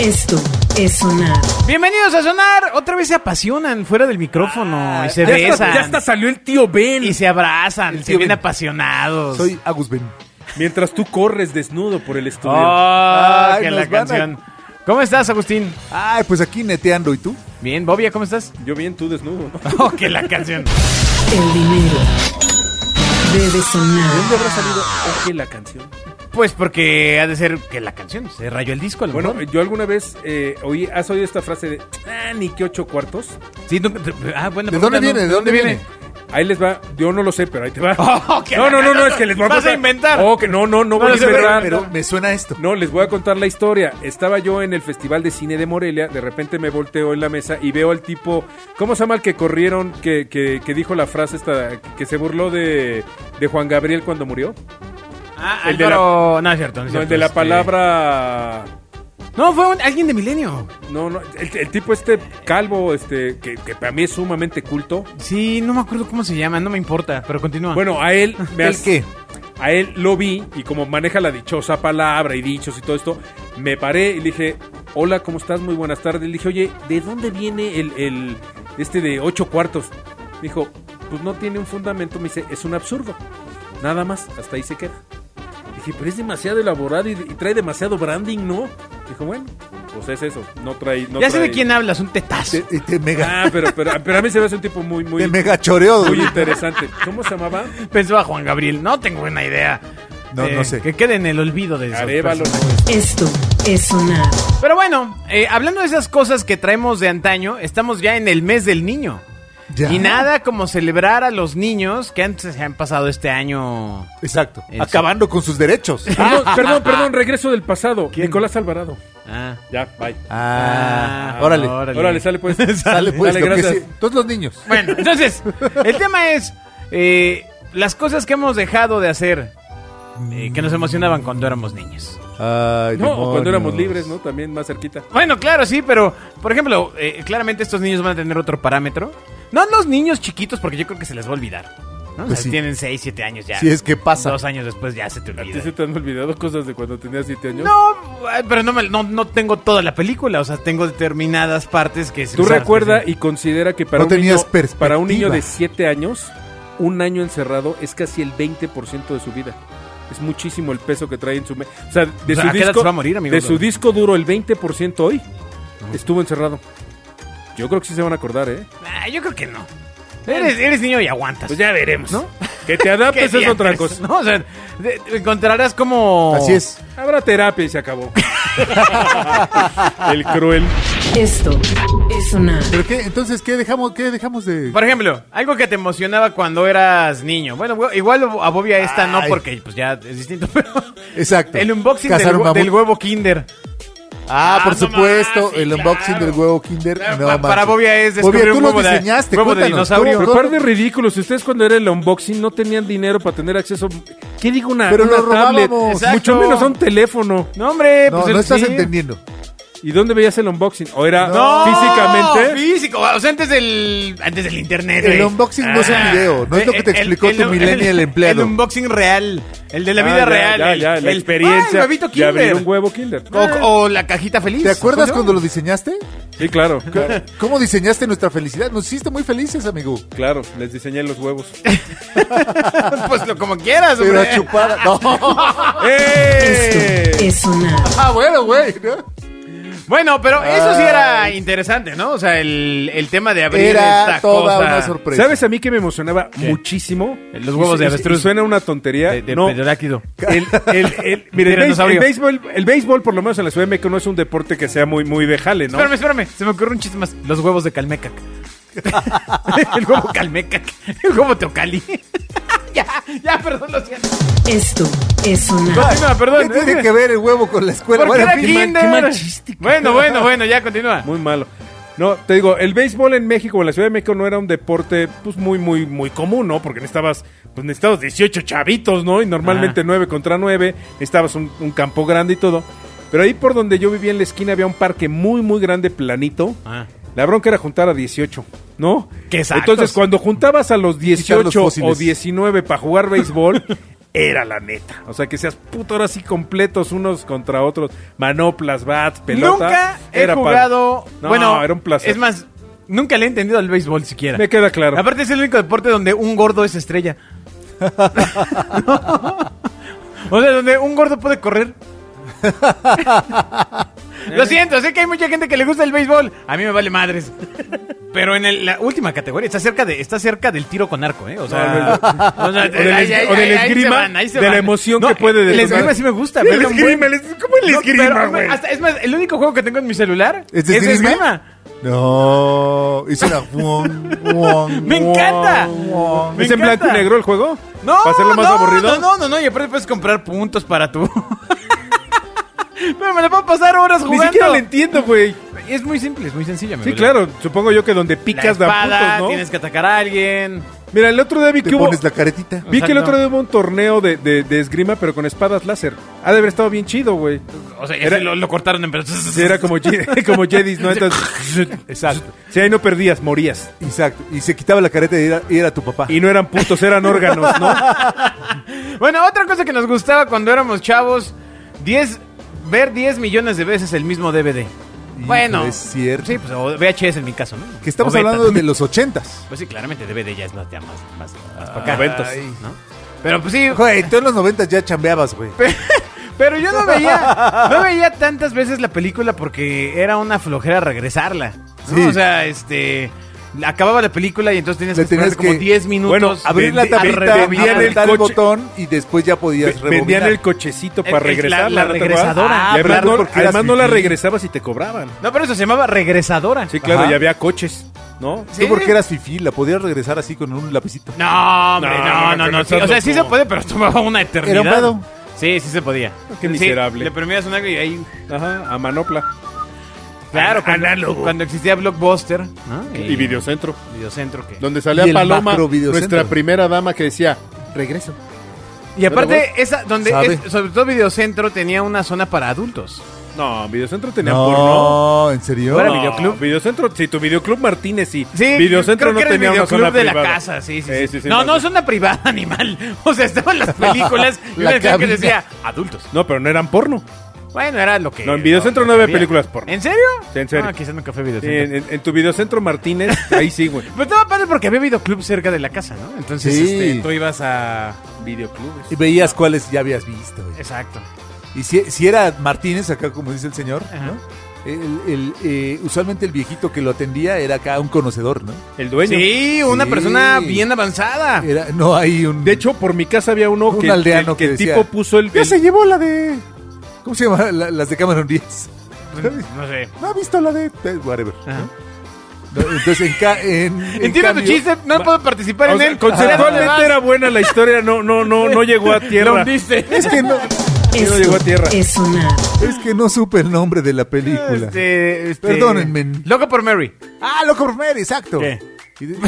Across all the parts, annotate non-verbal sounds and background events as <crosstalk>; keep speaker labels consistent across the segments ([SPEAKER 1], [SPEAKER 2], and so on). [SPEAKER 1] Esto es sonar.
[SPEAKER 2] Bienvenidos a Sonar. Otra vez se apasionan fuera del micrófono y se
[SPEAKER 3] Ah, ya hasta-
[SPEAKER 2] besan.
[SPEAKER 3] ya hasta salió el tío Ben.
[SPEAKER 2] Y se abrazan, se
[SPEAKER 3] tío
[SPEAKER 2] ven
[SPEAKER 3] Ben.
[SPEAKER 2] apasionados.
[SPEAKER 4] Soy Agus Ben.
[SPEAKER 3] Mientras tú corres desnudo por el
[SPEAKER 2] Oh,
[SPEAKER 3] estudio.
[SPEAKER 4] Ay,
[SPEAKER 2] que
[SPEAKER 4] nos
[SPEAKER 2] la
[SPEAKER 4] van a-
[SPEAKER 2] canción. ¿Cómo estás, Agustín?
[SPEAKER 4] Ay, pues aquí neteando, ¿y tú?
[SPEAKER 2] Bien, Bobia, ¿cómo estás? <laughs>
[SPEAKER 3] Yo bien, tú desnudo. ¿no?
[SPEAKER 2] Oh, que la canción.
[SPEAKER 1] El dinero debe sonar.
[SPEAKER 3] ¿Dónde habrá salido oje la canción?
[SPEAKER 2] Pues porque ha de ser que la canción se rayó el disco, a lo
[SPEAKER 3] Bueno,
[SPEAKER 2] mejor.
[SPEAKER 3] yo alguna vez eh, oí, ¿has oído esta frase de ah, ni que ocho cuartos?
[SPEAKER 2] Sí, nunca- ah, bueno,
[SPEAKER 4] ¿De dónde
[SPEAKER 2] pregúntanos,
[SPEAKER 4] viene? ¿De dónde viene?
[SPEAKER 3] Ahí les va, yo no lo sé, pero ahí te va.
[SPEAKER 2] <laughs> Oh, que
[SPEAKER 3] no,
[SPEAKER 2] la
[SPEAKER 3] no, no, no,
[SPEAKER 2] canción.
[SPEAKER 3] es que les voy a
[SPEAKER 2] Vas a
[SPEAKER 3] contar.
[SPEAKER 2] inventar.
[SPEAKER 3] Oh, que no, no, no
[SPEAKER 2] No,
[SPEAKER 3] voy a
[SPEAKER 2] no sé,
[SPEAKER 3] inventar.
[SPEAKER 4] Pero me suena esto.
[SPEAKER 3] No, les voy a contar la historia. Estaba yo en el Festival de Cine de Morelia, de repente me volteo en la mesa y veo al tipo, ¿cómo se llama el que corrieron, que, que, que dijo la frase esta, que se burló de, de Juan Gabriel cuando murió?
[SPEAKER 2] Ah,
[SPEAKER 3] El de la-
[SPEAKER 2] Álvaro- No, es
[SPEAKER 4] Pues
[SPEAKER 2] cierto. No, es
[SPEAKER 3] No,
[SPEAKER 2] cierto,
[SPEAKER 3] el de la
[SPEAKER 2] este-
[SPEAKER 3] palabra...
[SPEAKER 2] No, fue un- alguien de Milenio.
[SPEAKER 3] No, no, el, el tipo este calvo, este, que, que para mí es sumamente culto.
[SPEAKER 2] Sí, no me acuerdo cómo se llama, no me importa, pero continúa.
[SPEAKER 3] Bueno, a él me
[SPEAKER 4] Ah. <laughs> ¿El
[SPEAKER 3] as-
[SPEAKER 4] qué?
[SPEAKER 3] A él lo vi y como maneja la dichosa palabra y dichos y todo esto, me paré y le dije, hola, ¿cómo estás? Muy buenas tardes. Le dije, oye, ¿de dónde viene el, el- este de ocho cuartos? Me Dijo, pues no tiene un fundamento. Me dice, es un absurdo. Nada más, hasta ahí se queda. Le Dije, pero es demasiado elaborado y, y trae demasiado branding, ¿no? Dijo, bueno, pues es eso, no trae... No
[SPEAKER 2] ya sé de
[SPEAKER 3] trae-
[SPEAKER 2] quién hablas, un tetazo.
[SPEAKER 4] Te, y te mega,
[SPEAKER 3] Ah, pero, pero, pero a mí se me hace un tipo muy, muy...
[SPEAKER 4] te mega choreo.
[SPEAKER 3] Muy
[SPEAKER 4] güey.
[SPEAKER 3] interesante. ¿Cómo se llamaba?
[SPEAKER 2] Pensaba Juan Gabriel, no tengo buena idea. Eh,
[SPEAKER 4] No, no sé.
[SPEAKER 2] Que quede en el olvido de esos
[SPEAKER 3] Arevalo.
[SPEAKER 2] personajes.
[SPEAKER 1] Esto es sonar.
[SPEAKER 2] Pero bueno, eh, hablando de esas cosas que traemos de antaño, estamos ya en el mes del niño.
[SPEAKER 4] Ya.
[SPEAKER 2] Y nada como celebrar a los niños que antes se han pasado este año.
[SPEAKER 4] Exacto.
[SPEAKER 2] Eso.
[SPEAKER 4] Acabando con sus derechos.
[SPEAKER 3] Perdón, <laughs> perdón, perdón, regreso del pasado.
[SPEAKER 2] ¿Quién?
[SPEAKER 3] Nicolás Alvarado.
[SPEAKER 2] Ah,
[SPEAKER 3] Ya, bye.
[SPEAKER 4] Ah, órale.
[SPEAKER 3] Órale, sale pues.
[SPEAKER 4] Sale pues
[SPEAKER 3] Dale,
[SPEAKER 4] lo que
[SPEAKER 3] gracias.
[SPEAKER 4] sí. Todos los niños.
[SPEAKER 2] Bueno, entonces, el tema es eh, las cosas que hemos dejado de hacer eh, que nos emocionaban cuando éramos niños.
[SPEAKER 4] Ay,
[SPEAKER 3] No, o cuando
[SPEAKER 4] demonios.
[SPEAKER 3] éramos libres, ¿no? También más cerquita.
[SPEAKER 2] Bueno, claro, sí, pero, por ejemplo, eh, claramente estos niños van a tener otro parámetro. No los niños chiquitos, porque yo creo que se les va a olvidar. ¿no? O
[SPEAKER 4] Pues
[SPEAKER 2] sea,
[SPEAKER 4] sí.
[SPEAKER 2] tienen 6, 7 años ya.
[SPEAKER 4] Si es que pasa.
[SPEAKER 2] Dos años después ya se te
[SPEAKER 3] ¿A ti
[SPEAKER 2] olvida.
[SPEAKER 3] se te han olvidado cosas de cuando tenías 7 años?
[SPEAKER 2] No, eh, pero no, me- no, no tengo toda la película, o sea, tengo determinadas partes que... se
[SPEAKER 3] Tú
[SPEAKER 2] me-
[SPEAKER 3] recuerda y considera que para,
[SPEAKER 4] No
[SPEAKER 3] un, niño,
[SPEAKER 4] tenías perspectiva.
[SPEAKER 3] para un niño de 7 años, un año encerrado es casi el 20% de su vida. Es muchísimo el peso que trae en su... me- O sea, de
[SPEAKER 2] O sea,
[SPEAKER 3] su
[SPEAKER 2] ¿a qué edad
[SPEAKER 3] disco...
[SPEAKER 2] se va a morir, amigo?
[SPEAKER 3] de su disco duro, el 20% hoy estuvo encerrado. Yo creo que sí se van a acordar, ¿eh?
[SPEAKER 2] Ah, yo creo que no. Eres, eres niño y aguantas.
[SPEAKER 3] Pues ya veremos.
[SPEAKER 2] ¿No?
[SPEAKER 3] Que te
[SPEAKER 2] ¿Qué <laughs>
[SPEAKER 3] adaptes es
[SPEAKER 2] diantres?
[SPEAKER 3] otra cosa.
[SPEAKER 2] No, o sea, de- encontrarás como...
[SPEAKER 4] Así es.
[SPEAKER 3] Habrá terapia y
[SPEAKER 2] <laughs>
[SPEAKER 3] se acabó. el cruel.
[SPEAKER 1] Esto es sonar.
[SPEAKER 4] ¿Pero qué? Entonces, ¿qué dejamos, qué dejamos de...?
[SPEAKER 2] Por ejemplo, algo que te emocionaba cuando eras niño. Bueno, we- igual a Bobia esta no
[SPEAKER 4] Ay.
[SPEAKER 2] porque pues ya es distinto, <laughs> pero
[SPEAKER 4] Exacto.
[SPEAKER 2] el unboxing del,
[SPEAKER 4] Cazar un
[SPEAKER 2] hue-
[SPEAKER 4] mamut.
[SPEAKER 2] del huevo Kinder.
[SPEAKER 4] Ah,
[SPEAKER 2] Ah,
[SPEAKER 4] por
[SPEAKER 2] no
[SPEAKER 4] supuesto,
[SPEAKER 2] más, sí,
[SPEAKER 4] el unboxing
[SPEAKER 2] claro.
[SPEAKER 4] del huevo Kinder.
[SPEAKER 2] Claro,
[SPEAKER 4] no
[SPEAKER 2] pa- para
[SPEAKER 4] manches.
[SPEAKER 2] Bobia es descubrir
[SPEAKER 4] tú
[SPEAKER 2] un
[SPEAKER 4] lo
[SPEAKER 2] huevo de-
[SPEAKER 4] diseñaste,
[SPEAKER 2] huevo de
[SPEAKER 4] cuéntanos,
[SPEAKER 2] dinosaurio.
[SPEAKER 4] ¿cómo-
[SPEAKER 3] Pero par
[SPEAKER 4] cómo-
[SPEAKER 3] de ridículos. Ustedes cuando era el unboxing no tenían dinero para tener acceso. ¿Qué digo una,
[SPEAKER 4] Pero
[SPEAKER 3] una
[SPEAKER 4] lo
[SPEAKER 3] tablet?
[SPEAKER 4] robábamos.
[SPEAKER 2] Exacto.
[SPEAKER 3] Mucho menos a un teléfono.
[SPEAKER 2] No, hombre,
[SPEAKER 4] No,
[SPEAKER 2] pues
[SPEAKER 4] no
[SPEAKER 2] el-
[SPEAKER 4] estás
[SPEAKER 2] sí.
[SPEAKER 4] entendiendo.
[SPEAKER 3] ¿Y dónde veías el unboxing? ¿O era
[SPEAKER 2] No,
[SPEAKER 3] físicamente?
[SPEAKER 2] Físico, o sea, antes del antes del internet.
[SPEAKER 4] El
[SPEAKER 2] güey. Ah.
[SPEAKER 4] unboxing no es un video, no es lo que te explicó tu millennial empleado.
[SPEAKER 2] <laughs> El unboxing real, el de la
[SPEAKER 3] Ah,
[SPEAKER 2] vida
[SPEAKER 3] ya,
[SPEAKER 2] real,
[SPEAKER 3] Ya,
[SPEAKER 2] el-
[SPEAKER 3] ya, la
[SPEAKER 2] el- ¡Ay, el
[SPEAKER 3] experiencia
[SPEAKER 2] huevito
[SPEAKER 3] de abrir
[SPEAKER 2] Kinder!
[SPEAKER 3] un huevo Kinder.
[SPEAKER 2] O, o la cajita feliz.
[SPEAKER 4] ¿Te acuerdas
[SPEAKER 2] Pues,
[SPEAKER 4] cuando lo diseñaste?
[SPEAKER 3] Sí, claro, claro.
[SPEAKER 4] <laughs> ¿Cómo diseñaste nuestra felicidad? Nos hiciste muy felices, amigo.
[SPEAKER 3] Claro, les diseñé
[SPEAKER 2] <laughs>
[SPEAKER 3] los huevos.
[SPEAKER 2] Pues lo como quieras,
[SPEAKER 4] Pero
[SPEAKER 2] hombre.
[SPEAKER 4] a chupar... No.
[SPEAKER 1] Esto
[SPEAKER 4] <laughs>
[SPEAKER 3] ¡Eh!
[SPEAKER 1] es sonar.
[SPEAKER 4] Ah, bueno, güey. ¿no?
[SPEAKER 2] Bueno, pero eso sí
[SPEAKER 4] Ay.
[SPEAKER 2] era interesante, ¿no? O sea, el, el tema de abrir
[SPEAKER 4] Era
[SPEAKER 2] esta
[SPEAKER 4] toda
[SPEAKER 2] cosa.
[SPEAKER 4] una sorpresa.
[SPEAKER 3] ¿Sabes a mí que me emocionaba muchísimo?
[SPEAKER 2] Los huevos
[SPEAKER 3] Y-
[SPEAKER 2] de
[SPEAKER 3] y- y
[SPEAKER 2] avestruz.
[SPEAKER 3] Suena una tontería.
[SPEAKER 2] De, de
[SPEAKER 3] no,
[SPEAKER 2] pterodáctilo.
[SPEAKER 3] El,
[SPEAKER 2] <laughs>
[SPEAKER 3] el, el- mira, el, béis-
[SPEAKER 2] Tiranosaurio.
[SPEAKER 3] el béisbol, el béisbol, por lo menos en la Ciudad de México, no es un deporte que sea muy, muy de jale, ¿no?
[SPEAKER 2] Espérame, espérame. Se me ocurrió un chiste más. Los huevos de Calmecac. <laughs> el huevo Calmecac. El huevo Teocali. <laughs> ya, ya, perdón, lo siento.
[SPEAKER 1] Esto es sonar.
[SPEAKER 2] Continúa, perdón.
[SPEAKER 4] ¿Qué tiene que ver el huevo con la escuela?
[SPEAKER 2] Porque
[SPEAKER 4] Bueno,
[SPEAKER 2] era
[SPEAKER 4] en fin, man,
[SPEAKER 2] kinder.
[SPEAKER 4] qué mal chiste.
[SPEAKER 2] Bueno, bueno, bueno, ya continúa.
[SPEAKER 3] Muy malo. No, te digo, el béisbol en México, en la Ciudad de México, no era un deporte, pues, muy, muy, muy común, ¿no? Porque necesitabas, pues, necesitabas 18 chavitos, ¿no? Y normalmente
[SPEAKER 2] Ajá.
[SPEAKER 3] 9 contra 9, necesitabas un, un campo grande y todo. Pero ahí por donde yo vivía en la esquina había un parque muy, muy grande, planito.
[SPEAKER 2] Ah.
[SPEAKER 3] La bronca era juntar a 18, ¿no?
[SPEAKER 2] ¡Qué exactos!
[SPEAKER 3] Entonces, cuando juntabas a los
[SPEAKER 4] Quitar los
[SPEAKER 3] 18
[SPEAKER 4] fósiles.
[SPEAKER 3] o 19 para jugar béisbol, era la neta. O sea, que seas puto ahora sí completos unos contra otros. Manoplas, bats, pelota.
[SPEAKER 2] Nunca he
[SPEAKER 3] Era pa-
[SPEAKER 2] jugado.
[SPEAKER 3] No,
[SPEAKER 2] bueno,
[SPEAKER 3] era un placer.
[SPEAKER 2] Es más, nunca le he entendido al béisbol siquiera.
[SPEAKER 3] Me queda claro.
[SPEAKER 2] Aparte, es el único deporte donde un gordo es
[SPEAKER 3] <laughs>
[SPEAKER 2] estrella. o sea, donde un gordo puede
[SPEAKER 3] <laughs>
[SPEAKER 2] correr. Lo siento, sé que hay mucha gente que le gusta el béisbol. A mí me vale madres. Pero en el- la última categoría está cerca de está cerca del tiro con arco, ¿eh? O sea, o sea,
[SPEAKER 3] O del
[SPEAKER 2] ahí-
[SPEAKER 3] esgri-
[SPEAKER 2] ahí-
[SPEAKER 3] o del
[SPEAKER 2] ahí- ahí se
[SPEAKER 3] esgrima,
[SPEAKER 2] van, ahí se
[SPEAKER 3] de la
[SPEAKER 2] van.
[SPEAKER 3] emoción que puede
[SPEAKER 2] El
[SPEAKER 3] detonar.
[SPEAKER 2] esgrima sí me gusta.
[SPEAKER 3] El
[SPEAKER 2] pero-
[SPEAKER 3] esgrima, el es- ¿cómo el
[SPEAKER 2] No,
[SPEAKER 3] esgrima,
[SPEAKER 2] pero,
[SPEAKER 3] güey?
[SPEAKER 2] hasta- es más, el único juego que tengo en mi celular
[SPEAKER 4] ¿Es de esgrima?
[SPEAKER 2] esgrima.
[SPEAKER 4] No, hizo una... Wong, wong,
[SPEAKER 2] ¡Me encanta!
[SPEAKER 4] wong, wong.
[SPEAKER 2] Me
[SPEAKER 3] ¿Es en
[SPEAKER 2] encanta.
[SPEAKER 3] blanco y negro el juego?
[SPEAKER 2] No,
[SPEAKER 3] ¿Para hacerlo más
[SPEAKER 2] no,
[SPEAKER 3] aburrido?
[SPEAKER 2] No, no, no, no, y aparte puedes comprar puntos para tu. <laughs> Pero me la puedo pasar horas
[SPEAKER 3] Ni
[SPEAKER 2] jugando.
[SPEAKER 3] siquiera le entiendo, güey.
[SPEAKER 2] Es muy simple, es muy sencilla. me
[SPEAKER 3] Sí,
[SPEAKER 2] vale.
[SPEAKER 3] claro. Supongo yo que donde
[SPEAKER 2] La
[SPEAKER 3] picas da
[SPEAKER 2] espada,
[SPEAKER 3] puntos, ¿no?
[SPEAKER 2] tienes que atacar a alguien.
[SPEAKER 3] Mira, el otro día vi
[SPEAKER 4] Te
[SPEAKER 3] que hubo...
[SPEAKER 4] pones la caretita.
[SPEAKER 3] Vi que el
[SPEAKER 2] Exacto.
[SPEAKER 3] otro día hubo un torneo de, de- de esgrima, pero con espadas láser. Ha de haber estado bien chido, güey.
[SPEAKER 2] O sea,
[SPEAKER 3] Era-
[SPEAKER 2] ese lo, lo cortaron en pedazos.
[SPEAKER 3] Sí, era como, Jedi- <laughs> como Jedis, ¿no? Entonces,
[SPEAKER 4] Exacto.
[SPEAKER 3] si ahí no perdías, morías.
[SPEAKER 4] Exacto. Y se quitaba la careta y era, y era tu papá.
[SPEAKER 3] Y no eran puntos, eran órganos, ¿no?
[SPEAKER 2] Bueno, otra cosa que nos gustaba cuando éramos chavos, 10 ver 10 millones de veces el mismo DVD. bueno,
[SPEAKER 4] es cierto.
[SPEAKER 2] Sí, pues o VHS en mi caso, ¿no?
[SPEAKER 4] Que estamos
[SPEAKER 2] O beta
[SPEAKER 4] hablando de
[SPEAKER 2] también.
[SPEAKER 4] los ochentas.
[SPEAKER 2] Pues sí, claramente DVD ya es más ya más más, más para
[SPEAKER 3] Ah,
[SPEAKER 2] acá,
[SPEAKER 3] noventas.
[SPEAKER 2] ¿no? Pero pues sí,
[SPEAKER 4] Güey, tú en los noventas ya chambeabas, güey.
[SPEAKER 2] pero yo no
[SPEAKER 4] <laughs>
[SPEAKER 2] veía no veía tantas veces la película porque era una flojera regresarla. ¿no?
[SPEAKER 4] Sí.
[SPEAKER 2] O sea, este acababa la película y entonces tenías
[SPEAKER 4] Le
[SPEAKER 2] que esperar
[SPEAKER 4] tenías
[SPEAKER 2] como
[SPEAKER 4] que-
[SPEAKER 2] 10 minutos.
[SPEAKER 3] Bueno,
[SPEAKER 4] Abrir la
[SPEAKER 3] Vendi-
[SPEAKER 4] tapita,
[SPEAKER 3] vendían el
[SPEAKER 4] apretar
[SPEAKER 3] coche.
[SPEAKER 4] botón y después ya podías
[SPEAKER 3] Ve-
[SPEAKER 4] rebobinar.
[SPEAKER 3] Vendían el cochecito para
[SPEAKER 2] Es- es la-
[SPEAKER 3] regresar.
[SPEAKER 2] la
[SPEAKER 3] ¿no te acuerdas?
[SPEAKER 2] regresadora.
[SPEAKER 3] Y además
[SPEAKER 4] Claro,
[SPEAKER 3] no,
[SPEAKER 4] porque eras
[SPEAKER 3] además no la
[SPEAKER 4] fifí.
[SPEAKER 3] regresabas y te cobraban.
[SPEAKER 2] No, pero eso se llamaba regresadora.
[SPEAKER 3] Sí, claro,
[SPEAKER 4] Ajá.
[SPEAKER 3] y había coches, ¿no?
[SPEAKER 4] Tú porque eras fifí, la podías regresar así con un lapicito.
[SPEAKER 2] No, hombre, no,
[SPEAKER 3] No,
[SPEAKER 2] no,
[SPEAKER 3] no,
[SPEAKER 2] no.
[SPEAKER 3] no,
[SPEAKER 2] sí, o sea, sí
[SPEAKER 3] no.
[SPEAKER 2] se puede, pero tomaba una eternidad.
[SPEAKER 4] Era un pedo.
[SPEAKER 2] Sí, sí se podía.
[SPEAKER 3] Qué
[SPEAKER 2] Sí,
[SPEAKER 3] miserable.
[SPEAKER 2] le premias un algo y ahí.
[SPEAKER 3] Ajá, a manopla.
[SPEAKER 2] Claro, cuando,
[SPEAKER 3] análogo.
[SPEAKER 2] cuando existía Blockbuster, ¿no?
[SPEAKER 5] Y Videocentro,
[SPEAKER 2] Videocentro que.
[SPEAKER 5] donde
[SPEAKER 4] Y
[SPEAKER 5] salía
[SPEAKER 4] el
[SPEAKER 5] Paloma,
[SPEAKER 4] macro videocentro.
[SPEAKER 5] nuestra primera dama que decía, regreso.
[SPEAKER 2] Y aparte, esa, donde
[SPEAKER 4] Sabe.
[SPEAKER 2] es- sobre todo Videocentro tenía una zona para adultos.
[SPEAKER 3] No, Videocentro tenía porno.
[SPEAKER 4] No, ¿en serio?
[SPEAKER 2] No era
[SPEAKER 3] No,
[SPEAKER 2] videoclub.
[SPEAKER 3] Videocentro, sí, tu videoclub Martínez, sí.
[SPEAKER 2] Sí,
[SPEAKER 3] videocentro
[SPEAKER 2] creo
[SPEAKER 3] no
[SPEAKER 2] que era el
[SPEAKER 3] tenía una
[SPEAKER 2] videoclub
[SPEAKER 3] zona
[SPEAKER 2] de
[SPEAKER 3] privada.
[SPEAKER 2] la casa, sí, sí.
[SPEAKER 3] Eh,
[SPEAKER 2] sí.
[SPEAKER 3] sí, sí,
[SPEAKER 2] no,
[SPEAKER 3] no,
[SPEAKER 2] no,
[SPEAKER 3] no.
[SPEAKER 2] es una privada <laughs> animal. O sea, estaban
[SPEAKER 3] <laughs>
[SPEAKER 2] las películas y
[SPEAKER 4] La
[SPEAKER 2] una decía que
[SPEAKER 4] cabina.
[SPEAKER 2] decía adultos.
[SPEAKER 3] No, pero no eran porno.
[SPEAKER 2] Bueno, era lo que.
[SPEAKER 3] No, en Videocentro
[SPEAKER 2] lo
[SPEAKER 3] no
[SPEAKER 2] que
[SPEAKER 3] había
[SPEAKER 2] había.
[SPEAKER 3] películas porno.
[SPEAKER 2] ¿En serio?
[SPEAKER 3] Sí, en serio.
[SPEAKER 2] Ah, quizás nunca fue
[SPEAKER 3] Sí,
[SPEAKER 2] Videocentro.
[SPEAKER 3] En, en- en tu videocentro Martínez, ahí sí, güey.
[SPEAKER 2] Pero estaba padre porque había videoclub cerca de la casa, ¿no? Entonces,
[SPEAKER 4] <laughs> Sí.
[SPEAKER 2] este, tú ibas a...
[SPEAKER 3] Videoclubes.
[SPEAKER 4] Y veías cuáles ya habías visto. güey.
[SPEAKER 2] Exacto.
[SPEAKER 4] Y si, si era Martínez, acá como dice el señor,
[SPEAKER 2] Ajá.
[SPEAKER 4] ¿no? El- el, eh, usualmente el viejito que lo atendía era acá un conocedor, ¿no?
[SPEAKER 3] El dueño.
[SPEAKER 2] Sí, una
[SPEAKER 4] Sí.
[SPEAKER 2] persona bien avanzada.
[SPEAKER 4] Era- no hay un...
[SPEAKER 3] De hecho, por mi casa había uno
[SPEAKER 4] Un
[SPEAKER 3] que, que-
[SPEAKER 4] aldeano
[SPEAKER 3] que
[SPEAKER 4] que
[SPEAKER 3] el
[SPEAKER 4] decía,
[SPEAKER 3] tipo puso el...
[SPEAKER 4] ya
[SPEAKER 3] el-
[SPEAKER 4] se llevó la de... ¿Cómo se llama? La- las de Cameron Díaz.
[SPEAKER 2] No sé.
[SPEAKER 4] No ha visto la de... eh, Whatever.
[SPEAKER 2] Ajá.
[SPEAKER 4] No, entonces, en,
[SPEAKER 2] <laughs>
[SPEAKER 4] ca- en, en
[SPEAKER 2] Entiendo tu
[SPEAKER 4] cambio-
[SPEAKER 2] chiste, no puedo participar
[SPEAKER 3] O
[SPEAKER 2] en
[SPEAKER 3] sea,
[SPEAKER 2] él.
[SPEAKER 3] conceptualmente era buena la historia, no, no, no, no llegó a
[SPEAKER 2] Lo
[SPEAKER 3] tierra.
[SPEAKER 2] hundiste.
[SPEAKER 4] Es que, no,
[SPEAKER 3] no
[SPEAKER 1] Esto
[SPEAKER 3] llegó a tierra.
[SPEAKER 1] es sonar.
[SPEAKER 4] es que no supe el nombre de la película.
[SPEAKER 2] Este, este-
[SPEAKER 4] Perdónenme.
[SPEAKER 2] Loco por Mary. <laughs>
[SPEAKER 4] Ah, Loco por Mary, exacto.
[SPEAKER 2] ¿Qué?
[SPEAKER 4] Y de-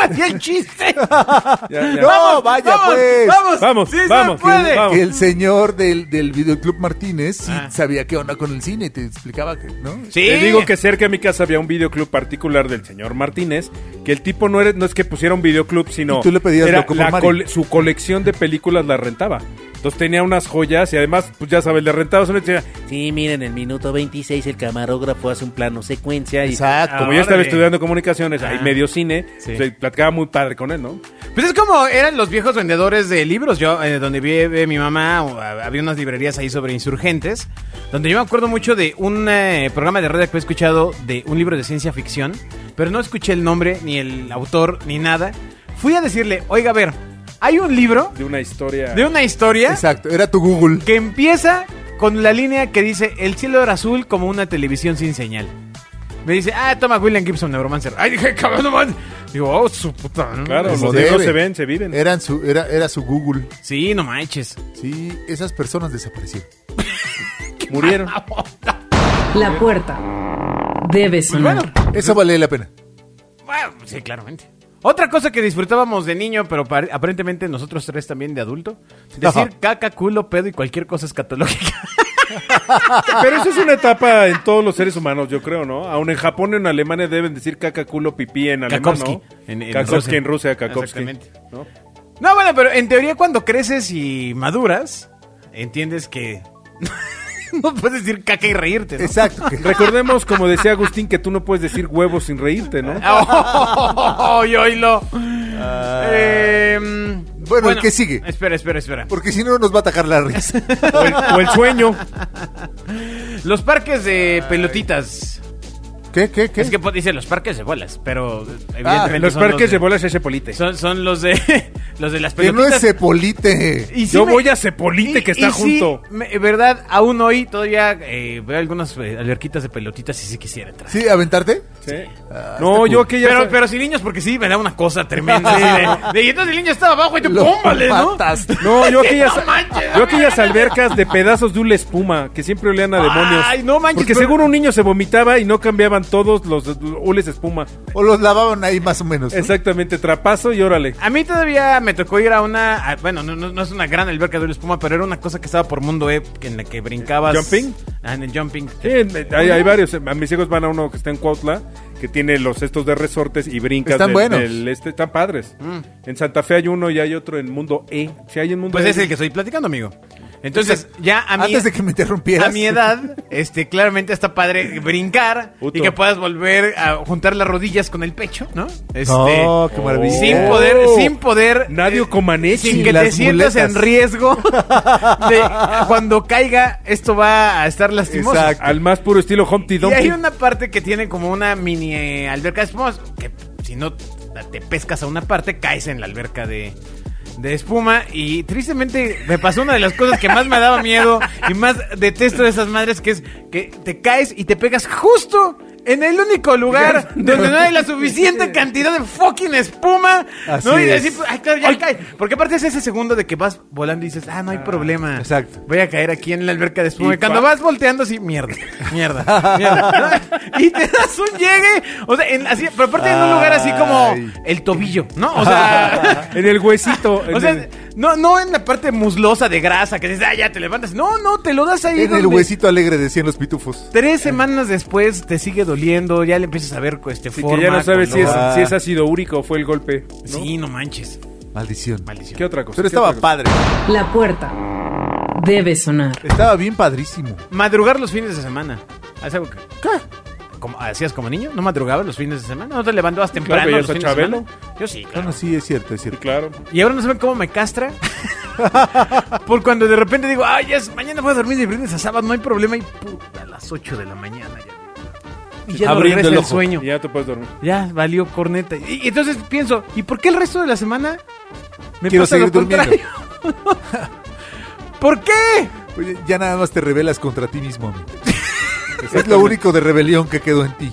[SPEAKER 2] Hacía el chiste.
[SPEAKER 3] Ya, ya.
[SPEAKER 4] No, vaya
[SPEAKER 2] vamos,
[SPEAKER 4] pues.
[SPEAKER 2] Vamos,
[SPEAKER 3] Vamos,
[SPEAKER 2] sí se
[SPEAKER 3] vamos,
[SPEAKER 2] puede.
[SPEAKER 3] vamos.
[SPEAKER 4] que el señor del, del videoclub Martínez sí
[SPEAKER 2] Ah.
[SPEAKER 4] sabía qué onda con el cine, te explicaba que, ¿no?
[SPEAKER 2] Sí.
[SPEAKER 3] Te digo que cerca de mi casa había un videoclub particular del señor Martínez, que el tipo no, era, no es que pusiera un videoclub, sino
[SPEAKER 4] Y tú le pedías
[SPEAKER 3] era
[SPEAKER 4] Loco por
[SPEAKER 3] la
[SPEAKER 4] Mari.
[SPEAKER 3] cole- su colección de películas la rentaba. Entonces tenía unas joyas y además, pues ya sabes, le rentaba solo y decía,
[SPEAKER 6] Sí, miren, en el minuto 26 el camarógrafo hace un plano secuencia y...
[SPEAKER 4] Exacto.
[SPEAKER 3] como yo estaba
[SPEAKER 2] Órale.
[SPEAKER 3] estudiando comunicaciones, ahí
[SPEAKER 2] Ah.
[SPEAKER 3] medio cine,
[SPEAKER 2] Sí.
[SPEAKER 3] pues, platicaba muy padre con él, ¿no?
[SPEAKER 2] Pues es como eran los viejos vendedores de libros. Yo, eh, donde vive mi mamá, o, ah, había unas librerías ahí sobre insurgentes. Donde yo me acuerdo mucho de un eh, programa de radio que he escuchado de un libro de ciencia ficción. Pero no escuché el nombre, ni el autor, ni nada. Fui a decirle, oiga, a ver, hay un libro
[SPEAKER 3] De una historia.
[SPEAKER 2] de una historia
[SPEAKER 4] Exacto, era tu Google.
[SPEAKER 2] que empieza con la línea que dice: El cielo era azul como una televisión sin señal. Me dice, ah, toma William Gibson, Neuromancer. Ay, dije, cabrón, no mames. Digo, oh, su puta. ¿no?".
[SPEAKER 3] Claro,
[SPEAKER 4] Como
[SPEAKER 3] los libros
[SPEAKER 4] debe. Er-
[SPEAKER 3] se ven, se viven.
[SPEAKER 4] Eran su, era, era su Google.
[SPEAKER 2] Sí, no manches.
[SPEAKER 4] Sí, esas personas desaparecieron.
[SPEAKER 3] Murieron.
[SPEAKER 1] La puerta debe sonar.
[SPEAKER 4] Eso vale
[SPEAKER 2] <laughs>
[SPEAKER 4] la pena.
[SPEAKER 2] Bueno, sí, claramente. Otra cosa que disfrutábamos de niño, pero par- aparentemente nosotros tres también de adulto, decir
[SPEAKER 4] Ajá.
[SPEAKER 2] caca, culo, pedo y cualquier cosa escatológica. <laughs>
[SPEAKER 3] Pero eso es una etapa en todos los seres humanos, yo creo, ¿no? Aún en Japón y en Alemania deben decir caca, culo, pipí en alemán,
[SPEAKER 2] Kakowski.
[SPEAKER 3] ¿no?
[SPEAKER 2] En- en
[SPEAKER 3] Kakowski
[SPEAKER 2] Rusia.
[SPEAKER 3] en Rusia, Kakowski.
[SPEAKER 2] Exactamente.
[SPEAKER 3] ¿no?
[SPEAKER 2] No, bueno, pero en teoría cuando creces y maduras, entiendes que <laughs> no puedes decir caca y reírte. ¿no?
[SPEAKER 4] Exacto.
[SPEAKER 2] <laughs>
[SPEAKER 4] que-
[SPEAKER 3] Recordemos, como decía Agustín, que tú no puedes decir huevos sin reírte, ¿no?
[SPEAKER 2] <laughs> ¡Ay, oílo! Eh,
[SPEAKER 4] Bueno, ¿el qué sigue?
[SPEAKER 2] Espera, espera, espera.
[SPEAKER 4] Porque si no, nos va a atacar la risa.
[SPEAKER 2] <laughs>
[SPEAKER 3] O el, o el sueño.
[SPEAKER 2] Los parques de pelotitas.
[SPEAKER 5] ¿Qué, qué, qué?
[SPEAKER 2] Es que po- dice los parques de bolas, pero eh, evidentemente
[SPEAKER 3] Los
[SPEAKER 2] son
[SPEAKER 3] parques de
[SPEAKER 2] de-
[SPEAKER 3] bolas es Cepolite.
[SPEAKER 2] Son, son los de <laughs> los de las
[SPEAKER 4] Que no
[SPEAKER 2] pelotitas. <laughs>
[SPEAKER 4] es cepolite.
[SPEAKER 2] Y sí
[SPEAKER 3] Yo
[SPEAKER 2] me-
[SPEAKER 3] voy a Cepolite que está
[SPEAKER 2] y sí,
[SPEAKER 3] junto.
[SPEAKER 2] me- en verdad, aún hoy todavía eh, veo algunas eh, alberquitas de pelotitas y sí quisiera entrar.
[SPEAKER 4] ¿Sí? ¿Aventarte?
[SPEAKER 3] Sí.
[SPEAKER 4] Ah, está
[SPEAKER 3] No,
[SPEAKER 4] cool.
[SPEAKER 3] yo aquella.
[SPEAKER 2] Este Pero, pero sin niños, porque sí, me da una cosa tremenda. sí, de, de- y entonces el niño estaba abajo y tú,
[SPEAKER 4] Lo
[SPEAKER 2] pómbale, <laughs> ¿no?
[SPEAKER 4] mataste.
[SPEAKER 3] No, yo aquellas,
[SPEAKER 2] No manches.
[SPEAKER 3] yo aquellas albercas de pedazos de una espuma que siempre olían a demonios.
[SPEAKER 2] Ay, no manches,
[SPEAKER 3] Porque
[SPEAKER 2] pero-
[SPEAKER 3] seguro un niño se vomitaba y no cambiaban todos los hules espuma.
[SPEAKER 2] Pues
[SPEAKER 4] O los lavaban ahí más o menos. ¿no?
[SPEAKER 3] Exactamente, trapazo y órale.
[SPEAKER 2] A mí todavía me tocó ir a una. a- bueno, no, no- no es una gran alberca de espuma, pero era una cosa que estaba por Mundo E en la que brincabas.
[SPEAKER 3] ¿Jumping? Pues
[SPEAKER 2] Ah, en el jumping.
[SPEAKER 3] Sí, hay, hay varios. A mis hijos van a uno que está en Cuautla, que tiene los estos de resortes y brincas.
[SPEAKER 4] Están
[SPEAKER 3] del-
[SPEAKER 4] buenos. Mm.
[SPEAKER 3] del este, están padres. En Santa Fe hay uno y hay otro en Mundo E. Si hay en Mundo
[SPEAKER 2] Pues
[SPEAKER 3] E.
[SPEAKER 2] es el que estoy platicando, amigo. Entonces, ya a mi,
[SPEAKER 4] Antes de que me interrumpieras.
[SPEAKER 2] a mi edad, este, claramente está padre brincar
[SPEAKER 3] Puto.
[SPEAKER 2] y que puedas volver a juntar las rodillas con el pecho, ¿no? Este,
[SPEAKER 4] No, qué maravilla.
[SPEAKER 2] Sin poder, sin poder.
[SPEAKER 3] Nadio
[SPEAKER 2] eh,
[SPEAKER 3] Comaneci.
[SPEAKER 2] Sin que
[SPEAKER 4] Las
[SPEAKER 2] te sientas
[SPEAKER 4] muletas.
[SPEAKER 2] en riesgo de cuando caiga, esto va a estar lastimoso.
[SPEAKER 4] Exacto.
[SPEAKER 3] Al más puro estilo Humpty
[SPEAKER 2] Y
[SPEAKER 3] Dumpty.
[SPEAKER 2] hay una parte que tiene como una mini eh, alberca de espuma, que si no te pescas a una parte, caes en la alberca de, de espuma. Y tristemente me pasó una de las cosas que más me daba miedo y más detesto de esas madres, que es que te caes y te pegas justo en el único lugar donde no hay la suficiente cantidad de fucking espuma.
[SPEAKER 4] Así
[SPEAKER 2] ¿no? Y pues,
[SPEAKER 4] es.
[SPEAKER 2] decir, ay, claro, ya cae. Porque aparte es ese segundo de que vas volando y dices, ah, no hay problema.
[SPEAKER 4] exacto.
[SPEAKER 2] Voy a caer aquí en la alberca de espuma.
[SPEAKER 3] Y
[SPEAKER 2] Y cuando
[SPEAKER 3] pa-
[SPEAKER 2] vas volteando así, mierda, mierda,
[SPEAKER 3] <laughs>
[SPEAKER 2] mierda. y te das un llegue. O sea, en, así, pero aparte en un lugar así como
[SPEAKER 4] Ay.
[SPEAKER 2] el tobillo, ¿no? O
[SPEAKER 3] <laughs>
[SPEAKER 2] sea.
[SPEAKER 3] En el huesito. en
[SPEAKER 2] <laughs> O sea,
[SPEAKER 3] el-
[SPEAKER 2] no, no en la parte muslosa de grasa que dices, ah, ya te levantas. No, no, te lo das ahí.
[SPEAKER 4] <laughs> En el
[SPEAKER 2] donde
[SPEAKER 4] huesito alegre decían los pitufos.
[SPEAKER 2] Tres semanas después te sigue doliendo, ya le empiezas a ver este
[SPEAKER 3] Sí,
[SPEAKER 2] forma,
[SPEAKER 3] que ya no sabes si es,
[SPEAKER 2] color.
[SPEAKER 3] si es ácido úrico o fue el golpe. ¿no?
[SPEAKER 2] Sí, no manches.
[SPEAKER 4] Maldición.
[SPEAKER 2] Maldición.
[SPEAKER 3] ¿Qué otra cosa?
[SPEAKER 4] Pero
[SPEAKER 3] ¿Qué otra
[SPEAKER 4] estaba
[SPEAKER 3] cosa?
[SPEAKER 4] padre.
[SPEAKER 1] La puerta debe sonar.
[SPEAKER 4] Estaba bien padrísimo.
[SPEAKER 2] Madrugar los fines de semana. ¿Haces algo que- Como- ¿Hacías como niño? ¿No madrugabas los fines de semana? ¿No te levantabas temprano
[SPEAKER 3] Claro, veías
[SPEAKER 2] los
[SPEAKER 3] a
[SPEAKER 2] fines
[SPEAKER 3] Chabelo.
[SPEAKER 2] de semana? Yo sí, claro.
[SPEAKER 4] Bueno, sí, es cierto, es
[SPEAKER 3] Sí,
[SPEAKER 4] cierto.
[SPEAKER 3] claro.
[SPEAKER 2] Y ahora no saben cómo me castra. <laughs> Por cuando de repente digo, ay, ya es- mañana voy a dormir de viernes a sábado, no hay problema. Y puta, a las 8 de la mañana ya. Y ya no
[SPEAKER 4] Abriendo
[SPEAKER 2] regresa
[SPEAKER 4] el
[SPEAKER 2] el,
[SPEAKER 4] ojo.
[SPEAKER 2] sueño.
[SPEAKER 3] Y ya te puedes dormir.
[SPEAKER 2] Ya, valió corneta. Y, y entonces pienso, ¿y por qué el resto de la semana me
[SPEAKER 4] Quiero
[SPEAKER 2] pasa lo
[SPEAKER 4] seguir durmiendo.
[SPEAKER 2] contrario? <laughs> ¿Por qué?
[SPEAKER 4] Oye, ya nada más te rebelas contra ti mismo. amigo. es lo único de rebelión que quedó en ti.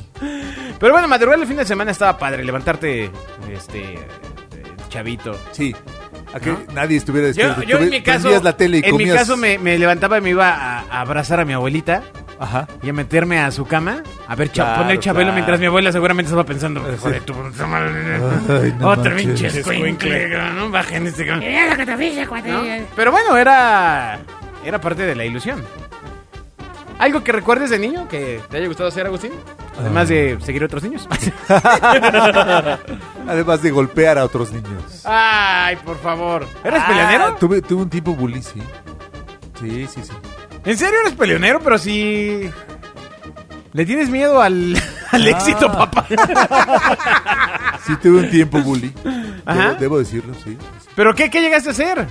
[SPEAKER 2] Pero bueno, madrugar el fin de semana estaba padre. Levantarte, este, eh, chavito.
[SPEAKER 4] Sí. A que nadie estuviera
[SPEAKER 2] Yo,
[SPEAKER 4] despierto.
[SPEAKER 2] yo
[SPEAKER 4] Tú
[SPEAKER 2] en
[SPEAKER 4] ve-
[SPEAKER 2] mi caso,
[SPEAKER 4] prendías la tele y
[SPEAKER 2] en mi
[SPEAKER 4] comías-
[SPEAKER 2] caso me, me levantaba y me iba a, a abrazar a mi abuelita
[SPEAKER 4] Ajá.
[SPEAKER 2] y a meterme a su cama a ver cha-
[SPEAKER 4] Claro,
[SPEAKER 2] poner Chabelo
[SPEAKER 4] claro.
[SPEAKER 2] mientras mi abuela seguramente estaba pensando, hijo de tu puta madre,
[SPEAKER 4] Ay, no
[SPEAKER 2] otra
[SPEAKER 4] manches.
[SPEAKER 2] pinche
[SPEAKER 3] Escuincle.
[SPEAKER 2] escuincle, ¿no? Bajen este cabrón". ¿No? Pero bueno, era era parte de la ilusión. ¿Algo que recuerdes de niño que te haya gustado hacer, Agustín? Además de
[SPEAKER 4] Ah.
[SPEAKER 2] seguir a otros niños.
[SPEAKER 4] Además de golpear a otros niños.
[SPEAKER 2] Ay, por favor. ¿Eres
[SPEAKER 4] Ah,
[SPEAKER 2] peleonero?
[SPEAKER 4] Tuve, tuve un tipo bully, sí. Sí, sí, sí.
[SPEAKER 2] ¿En serio eres peleonero? Pero si... ¿Le tienes miedo al, <laughs> al éxito, papá?
[SPEAKER 4] Sí, tuve un tiempo
[SPEAKER 2] <laughs>
[SPEAKER 4] bully.
[SPEAKER 2] Ajá.
[SPEAKER 4] Debo, debo decirlo, sí.
[SPEAKER 2] ¿Pero qué, qué llegaste a hacer?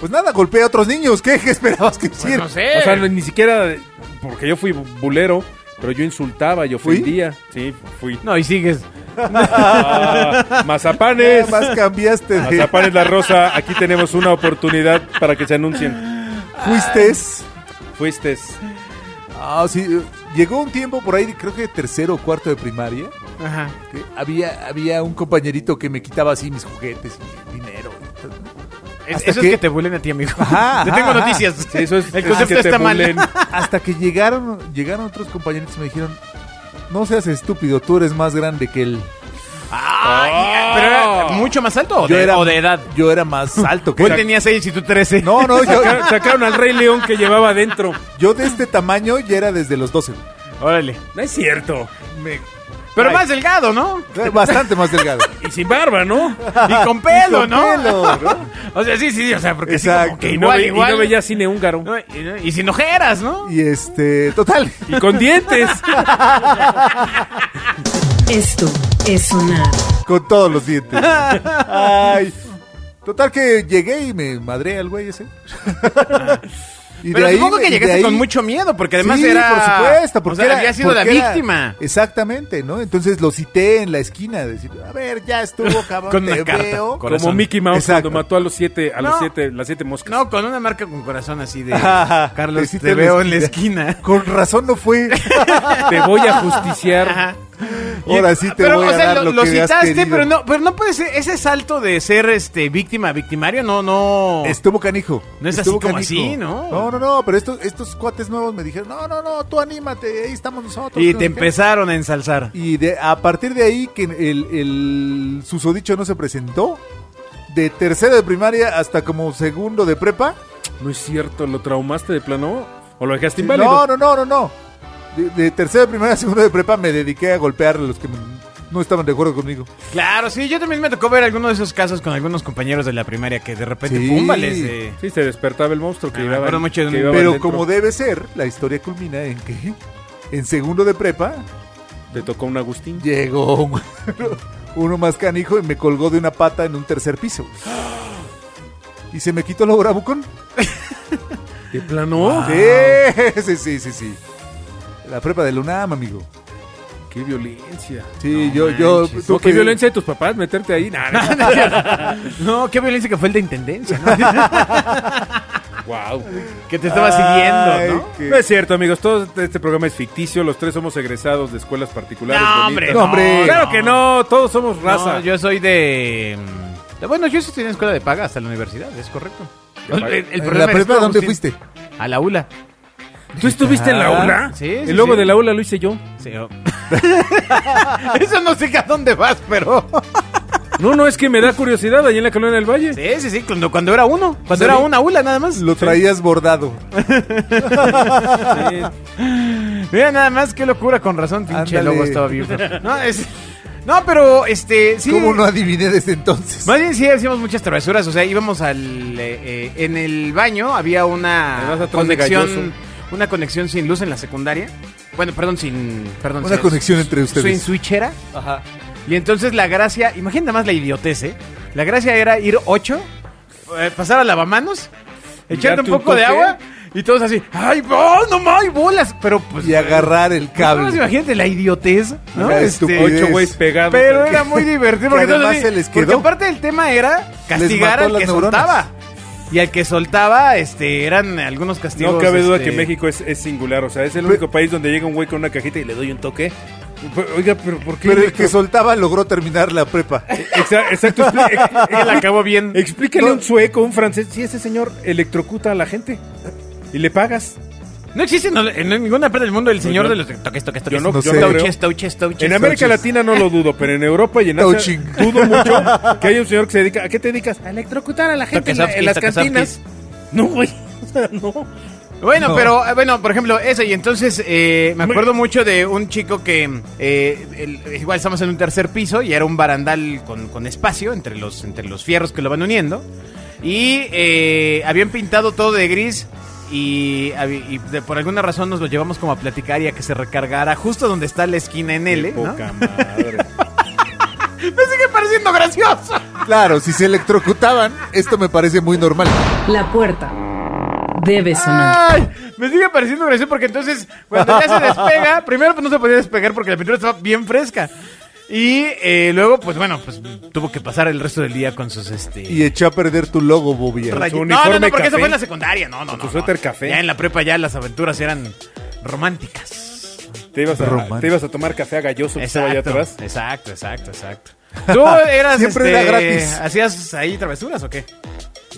[SPEAKER 4] Pues nada, golpeé a otros niños. ¿Qué, <laughs> ¿Qué esperabas que
[SPEAKER 2] Pues
[SPEAKER 4] hiciera?
[SPEAKER 2] no sé.
[SPEAKER 3] O sea, no- ni siquiera. Porque yo fui bulero, pero yo insultaba, yo
[SPEAKER 4] ¿Fui?
[SPEAKER 3] ofendía. Sí, fui.
[SPEAKER 2] No, y sigues.
[SPEAKER 3] Ah,
[SPEAKER 4] Nada
[SPEAKER 3] mazapanes.
[SPEAKER 4] más cambiaste de...
[SPEAKER 3] Mazapanes La Rosa. Aquí tenemos una oportunidad para que se anuncien.
[SPEAKER 4] Fuiste...
[SPEAKER 3] Fuiste.
[SPEAKER 4] Ah, sí. eh, Llegó un tiempo por ahí, creo que tercero o cuarto de primaria,
[SPEAKER 2] Ajá.
[SPEAKER 4] que había, había un compañerito que me quitaba así mis juguetes y mi dinero. y todo, ¿no?
[SPEAKER 2] Es-
[SPEAKER 4] Hasta
[SPEAKER 2] eso
[SPEAKER 4] que-
[SPEAKER 2] es que te bulen a ti, amigo. <laughs>
[SPEAKER 4] Ajá,
[SPEAKER 2] te
[SPEAKER 4] ajá,
[SPEAKER 2] tengo
[SPEAKER 4] ajá.
[SPEAKER 2] noticias.
[SPEAKER 3] Sí, eso es-
[SPEAKER 2] El
[SPEAKER 3] es que
[SPEAKER 2] concepto
[SPEAKER 3] te
[SPEAKER 2] está mal.
[SPEAKER 3] bulen.
[SPEAKER 4] Hasta que llegaron, llegaron otros compañeros y me dijeron, no seas estúpido, tú eres más grande que él.
[SPEAKER 2] Ay, ¿Pero era mucho más alto o de, o de edad?
[SPEAKER 4] Yo era
[SPEAKER 2] <laughs>
[SPEAKER 4] más alto que
[SPEAKER 2] Él
[SPEAKER 4] él.
[SPEAKER 2] tenía 6 y tú 13.
[SPEAKER 4] No, no, yo,
[SPEAKER 3] Saca- Sacaron al Rey León que llevaba adentro.
[SPEAKER 4] yo de este tamaño ya era desde los 12.
[SPEAKER 2] Órale.
[SPEAKER 3] No es cierto.
[SPEAKER 2] Pero más delgado, ¿no?
[SPEAKER 4] Bastante más delgado.
[SPEAKER 3] Y sin barba, ¿no?
[SPEAKER 2] <laughs> Y con <laughs> pelo,
[SPEAKER 4] con
[SPEAKER 2] ¿no?
[SPEAKER 4] pelo,
[SPEAKER 2] o sea, sí, sí, o sea, porque sí,
[SPEAKER 4] Exacto.
[SPEAKER 2] como que
[SPEAKER 3] Y no,
[SPEAKER 2] igual,
[SPEAKER 3] ve- y
[SPEAKER 2] igual.
[SPEAKER 3] no veía cine húngaro.
[SPEAKER 2] No, y, no- y sin ojeras, ¿no?
[SPEAKER 4] Y este, total.
[SPEAKER 3] Y con dientes.
[SPEAKER 1] Esto es sonar.
[SPEAKER 4] Con todos los dientes. Ay. Total que llegué y me madré al güey ese.
[SPEAKER 2] <laughs>
[SPEAKER 4] Y
[SPEAKER 2] Pero
[SPEAKER 4] de ahí
[SPEAKER 2] supongo
[SPEAKER 4] me-
[SPEAKER 2] que
[SPEAKER 4] y de
[SPEAKER 2] llegaste
[SPEAKER 4] ahí-
[SPEAKER 2] con mucho miedo, porque además
[SPEAKER 4] Sí,
[SPEAKER 2] era.
[SPEAKER 4] por supuesto,
[SPEAKER 2] o
[SPEAKER 4] porque
[SPEAKER 2] sea,
[SPEAKER 4] era-
[SPEAKER 2] había sido la
[SPEAKER 4] porque era-
[SPEAKER 2] víctima.
[SPEAKER 4] Exactamente, ¿no? Entonces lo cité en la esquina, decir, a ver,
[SPEAKER 2] <laughs>
[SPEAKER 4] ya estuvo, cabrón,
[SPEAKER 2] Con una
[SPEAKER 4] te
[SPEAKER 2] carta,
[SPEAKER 4] veo.
[SPEAKER 2] Corazón.
[SPEAKER 3] Como Mickey Mouse
[SPEAKER 4] Exacto.
[SPEAKER 3] cuando mató a los siete, a
[SPEAKER 2] No.
[SPEAKER 3] los siete, las siete moscas.
[SPEAKER 2] No, con una marca con corazón así de.
[SPEAKER 4] Ajá,
[SPEAKER 2] Carlos,
[SPEAKER 4] cité
[SPEAKER 2] te veo en la esquina.
[SPEAKER 4] Con razón
[SPEAKER 2] <laughs>
[SPEAKER 4] no fue.
[SPEAKER 3] Te voy a justiciar.
[SPEAKER 2] Y-
[SPEAKER 4] Ahora sí te voy a dar lo,
[SPEAKER 2] lo
[SPEAKER 4] que has
[SPEAKER 2] citaste,
[SPEAKER 4] querido.
[SPEAKER 2] pero no, pero no puede ser ese salto de ser este víctima a victimario, no, no.
[SPEAKER 4] Estuvo canijo.
[SPEAKER 2] No es así
[SPEAKER 4] Estuvo
[SPEAKER 2] como así, ¿no?
[SPEAKER 4] No, no, no, pero estos, estos cuates nuevos me dijeron, no, no, no, tú anímate, ahí estamos nosotros.
[SPEAKER 2] y te
[SPEAKER 4] que no sé qué".
[SPEAKER 2] empezaron a ensalzar.
[SPEAKER 4] Y de, a partir de ahí que el, el susodicho no se presentó, de tercero de primaria hasta como segundo de prepa.
[SPEAKER 3] No es cierto, ¿lo traumaste de plano? ¿O lo dejaste inválido?
[SPEAKER 4] No, no, no, no, no. De, de tercero de <laughs> primaria a segundo de prepa me dediqué a golpear a los que no estaban de acuerdo conmigo.
[SPEAKER 2] Claro, sí, yo también me tocó ver algunos de esos casos con algunos compañeros de la primaria que de repente,
[SPEAKER 4] Sí.
[SPEAKER 2] púmbales. eh.
[SPEAKER 3] Sí, se despertaba el monstruo que
[SPEAKER 2] Ah, me
[SPEAKER 3] llevaba.
[SPEAKER 2] acuerdo mucho de un-
[SPEAKER 3] que llevaba
[SPEAKER 4] Pero
[SPEAKER 3] dentro.
[SPEAKER 4] como debe ser, la historia culmina en que en segundo de prepa
[SPEAKER 3] Te tocó un Agustín.
[SPEAKER 4] llegó un- <laughs> uno más canijo y me colgó de una pata en un tercer piso. Y se me quitó lo bravucón.
[SPEAKER 3] ¿De plano?
[SPEAKER 4] Ah. Sí, <laughs> sí, sí, sí, sí. La prepa de UNAM, amigo.
[SPEAKER 3] ¡Qué violencia!
[SPEAKER 4] Sí, yo, yo.
[SPEAKER 2] manches.
[SPEAKER 4] tú
[SPEAKER 3] No, qué
[SPEAKER 4] que-
[SPEAKER 3] violencia de tus papás meterte ahí. Nah, no,
[SPEAKER 2] No, qué violencia que fue el de intendencia, ¿no?
[SPEAKER 3] wow.
[SPEAKER 2] que te estaba siguiendo, ¿no?
[SPEAKER 4] Ay,
[SPEAKER 3] No
[SPEAKER 4] que-
[SPEAKER 3] es cierto, amigos. Todo este programa es ficticio. Los tres somos egresados de escuelas particulares.
[SPEAKER 2] No,
[SPEAKER 3] bonitas.
[SPEAKER 2] hombre,
[SPEAKER 4] No, hombre.
[SPEAKER 3] Claro que no. Todos somos raza.
[SPEAKER 2] No, yo soy de. mm, de- Bueno, yo estudié en escuela de paga hasta la universidad, es correcto. El, el
[SPEAKER 4] ¿En
[SPEAKER 2] problema
[SPEAKER 4] la
[SPEAKER 2] eres
[SPEAKER 4] prepa
[SPEAKER 2] tú,
[SPEAKER 4] dónde
[SPEAKER 2] Agustín.
[SPEAKER 4] fuiste?
[SPEAKER 2] A la ULA.
[SPEAKER 3] ¿Tú estuviste en la
[SPEAKER 4] Ah,
[SPEAKER 3] ULA?
[SPEAKER 2] sí, sí,
[SPEAKER 3] El logo
[SPEAKER 2] sí.
[SPEAKER 3] de la ULA lo hice yo.
[SPEAKER 2] Sí, oh. Eso no sé que a dónde vas, pero.
[SPEAKER 3] No, no, es que me da curiosidad ahí en la colonia del Valle.
[SPEAKER 2] Sí, sí, sí, cuando, cuando era uno. Cuando era una ULA nada más.
[SPEAKER 4] Lo traías bordado.
[SPEAKER 3] Sí.
[SPEAKER 2] Mira, nada más, qué locura, con razón, pinche
[SPEAKER 4] Ándale.
[SPEAKER 2] lobo estaba vivo. No, es- no, pero este, sí.
[SPEAKER 4] ¿Cómo no adiviné desde entonces?
[SPEAKER 2] Más bien sí hacíamos muchas travesuras, o sea, íbamos al eh, eh, en el baño había
[SPEAKER 3] Me vas
[SPEAKER 2] una
[SPEAKER 3] atrás de
[SPEAKER 2] conexión
[SPEAKER 3] galloso.
[SPEAKER 2] una conexión sin luz en la secundaria. Bueno, perdón, sin perdón,
[SPEAKER 4] Una
[SPEAKER 2] sin-
[SPEAKER 4] conexión entre
[SPEAKER 2] sin
[SPEAKER 4] ustedes.
[SPEAKER 2] switchera. Y entonces la gracia, imagina más la idiotez, ¿eh? La gracia era ir ocho, eh, pasar a lavamanos, echar un
[SPEAKER 3] darte un
[SPEAKER 2] poco de
[SPEAKER 3] toque.
[SPEAKER 2] agua y todos así, ay, oh, no mames, bolas, pero pues
[SPEAKER 4] Y agarrar el
[SPEAKER 2] no,
[SPEAKER 4] cable.
[SPEAKER 2] imagínate la idiotez, ¿no? Este,
[SPEAKER 4] La estupidez.
[SPEAKER 3] Este, Ocho güeyes pegados.
[SPEAKER 2] Pero era muy divertido porque,
[SPEAKER 4] Que además
[SPEAKER 2] entonces,
[SPEAKER 4] se les
[SPEAKER 2] porque
[SPEAKER 4] quedó.
[SPEAKER 2] aparte el tema era castigar
[SPEAKER 4] mató
[SPEAKER 2] al
[SPEAKER 4] las
[SPEAKER 2] que
[SPEAKER 4] neuronas.
[SPEAKER 2] soltaba. Y al que soltaba, este, eran algunos castigos.
[SPEAKER 3] No cabe duda
[SPEAKER 2] este,
[SPEAKER 3] que México es, es singular, o sea, es el único país donde llega un güey con una cajita y le doy un toque. Pero, Oiga, pero ¿por qué?
[SPEAKER 4] Pero el
[SPEAKER 3] México?
[SPEAKER 4] que soltaba logró terminar la prepa.
[SPEAKER 3] Exa- Exacto, expli- ex-
[SPEAKER 2] <laughs> Él acabó bien.
[SPEAKER 3] explícale a un sueco, un francés, si ese señor electrocuta a la gente y le pagas.
[SPEAKER 2] No existe no- en ninguna parte del mundo el señor de los toques, toques, toques.
[SPEAKER 3] yo no-
[SPEAKER 4] No yo sé. no creo.
[SPEAKER 2] touches, touches, touches.
[SPEAKER 3] En América
[SPEAKER 4] touches.
[SPEAKER 3] Latina no lo dudo, pero en Europa y en Asia
[SPEAKER 4] Touching.
[SPEAKER 3] dudo
[SPEAKER 4] <laughs>
[SPEAKER 3] mucho que haya un señor que se dedica. ¿A qué te dedicas? A electrocutar a la gente en, la- en las
[SPEAKER 2] Toques,
[SPEAKER 3] cantinas. No, güey. <laughs> O sea, no.
[SPEAKER 2] Bueno,
[SPEAKER 4] No.
[SPEAKER 2] pero eh, bueno, por ejemplo, eso. Y entonces eh, me acuerdo mucho de un chico que eh, el- igual estamos en un tercer piso y era un barandal con, con espacio entre los, entre los fierros que lo van uniendo. Y eh, habían pintado todo de gris. Y, habi- y de- por alguna razón nos lo llevamos como a platicar y a que se recargara justo donde está la esquina en L.
[SPEAKER 3] Qué
[SPEAKER 2] ¿no?
[SPEAKER 3] Poca madre.
[SPEAKER 2] Me sigue pareciendo gracioso.
[SPEAKER 4] Claro, si se electrocutaban, esto me parece muy normal.
[SPEAKER 1] La puerta debe
[SPEAKER 3] Ah,
[SPEAKER 1] sonar.
[SPEAKER 2] Ay, me sigue pareciendo gracioso porque entonces cuando ya se despega, primero pues no se podía despegar porque la pintura estaba bien fresca. Y eh, luego, pues bueno, pues tuvo que pasar el resto del día con sus este.
[SPEAKER 4] Y echó a perder tu logo, Bobby.
[SPEAKER 2] rayos.
[SPEAKER 3] su
[SPEAKER 2] no, no, no,
[SPEAKER 3] uniforme
[SPEAKER 2] porque eso
[SPEAKER 3] café.
[SPEAKER 2] fue en la secundaria, no, no,
[SPEAKER 3] Con
[SPEAKER 2] no.
[SPEAKER 3] su
[SPEAKER 2] no.
[SPEAKER 3] suéter café.
[SPEAKER 2] Ya en la prepa ya las aventuras eran románticas.
[SPEAKER 3] Te ibas, a,
[SPEAKER 4] Romántico.
[SPEAKER 3] te ibas a tomar café a galloso que estaba allá
[SPEAKER 2] Exacto,
[SPEAKER 3] atrás.
[SPEAKER 2] exacto, exacto, exacto. Tú eras
[SPEAKER 4] Siempre
[SPEAKER 2] este,
[SPEAKER 4] era gratis.
[SPEAKER 2] ¿Hacías ahí travesuras o qué?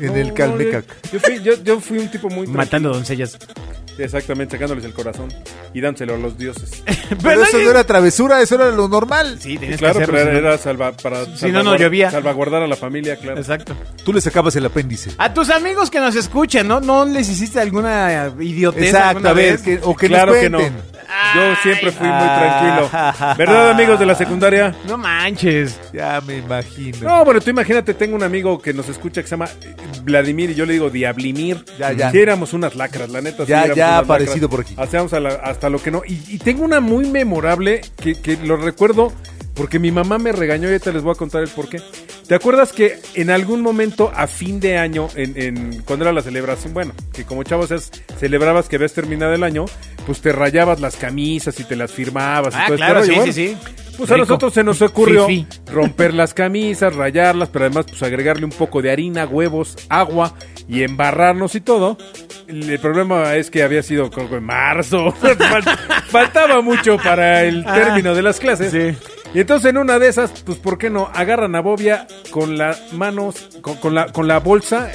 [SPEAKER 4] En el
[SPEAKER 3] No,
[SPEAKER 4] Calmecac.
[SPEAKER 3] yo- Yo fui, yo, yo fui un tipo muy
[SPEAKER 2] Matando doncellas.
[SPEAKER 3] tranquilo. Exactamente, sacándoles el corazón y dándoselo a los dioses.
[SPEAKER 4] Pero eso no era travesura, eso era lo normal.
[SPEAKER 2] Sí,
[SPEAKER 3] Y
[SPEAKER 2] tenías
[SPEAKER 3] claro,
[SPEAKER 2] que
[SPEAKER 3] pero
[SPEAKER 2] hacerlo.
[SPEAKER 3] era,
[SPEAKER 2] si no-
[SPEAKER 3] era salva, para
[SPEAKER 2] Si no, no
[SPEAKER 3] salvaguar-
[SPEAKER 2] llovía.
[SPEAKER 3] salvaguardar a la familia, claro.
[SPEAKER 2] Exacto.
[SPEAKER 4] Tú le sacabas el apéndice.
[SPEAKER 2] A tus amigos que nos escuchan, ¿no? ¿No les hiciste alguna idiotez
[SPEAKER 4] Exacto,
[SPEAKER 2] alguna
[SPEAKER 4] a ver,
[SPEAKER 2] vez?
[SPEAKER 4] que- o que
[SPEAKER 3] Claro
[SPEAKER 4] nos
[SPEAKER 3] que no.
[SPEAKER 4] cuenten. Ah.
[SPEAKER 3] Yo siempre fui muy tranquilo. ¿Verdad, amigos de la secundaria?
[SPEAKER 2] No manches.
[SPEAKER 4] Ya me imagino.
[SPEAKER 3] No, bueno, tú imagínate, tengo un amigo que nos escucha que se llama eh, Vladimir y yo le digo Diablimir.
[SPEAKER 4] Ya, ya.
[SPEAKER 3] Si éramos unas lacras, la neta. sí
[SPEAKER 4] Ya,
[SPEAKER 3] éramos
[SPEAKER 4] ya
[SPEAKER 3] unas
[SPEAKER 4] ha aparecido
[SPEAKER 3] lacras.
[SPEAKER 4] por aquí.
[SPEAKER 3] Hacíamos a la- hasta lo que no. Y, y tengo una muy memorable que, que lo recuerdo porque mi mamá me regañó y ahorita les voy a contar el porqué. ¿Te acuerdas que en algún momento a fin de año, en, en- cuando era la celebración, bueno, que como chavos es- celebrabas que habías terminado el año, pues te rayabas las camisas y te las firmabas y
[SPEAKER 2] Ah,
[SPEAKER 3] todo este
[SPEAKER 2] claro,
[SPEAKER 3] rollo.
[SPEAKER 2] sí,
[SPEAKER 3] Bueno,
[SPEAKER 2] sí, sí.
[SPEAKER 3] Pues a
[SPEAKER 2] Rico.
[SPEAKER 3] nosotros se nos ocurrió
[SPEAKER 2] Fifí.
[SPEAKER 3] romper las camisas, rayarlas, pero además pues agregarle un poco de harina, huevos, agua y embarrarnos y todo. El problema es que había sido creo que en marzo, <laughs> Fal- faltaba mucho para el término de las clases. Y entonces en una de esas, pues ¿por qué no? Agarran a Bobia con las manos, con, con la, con la bolsa,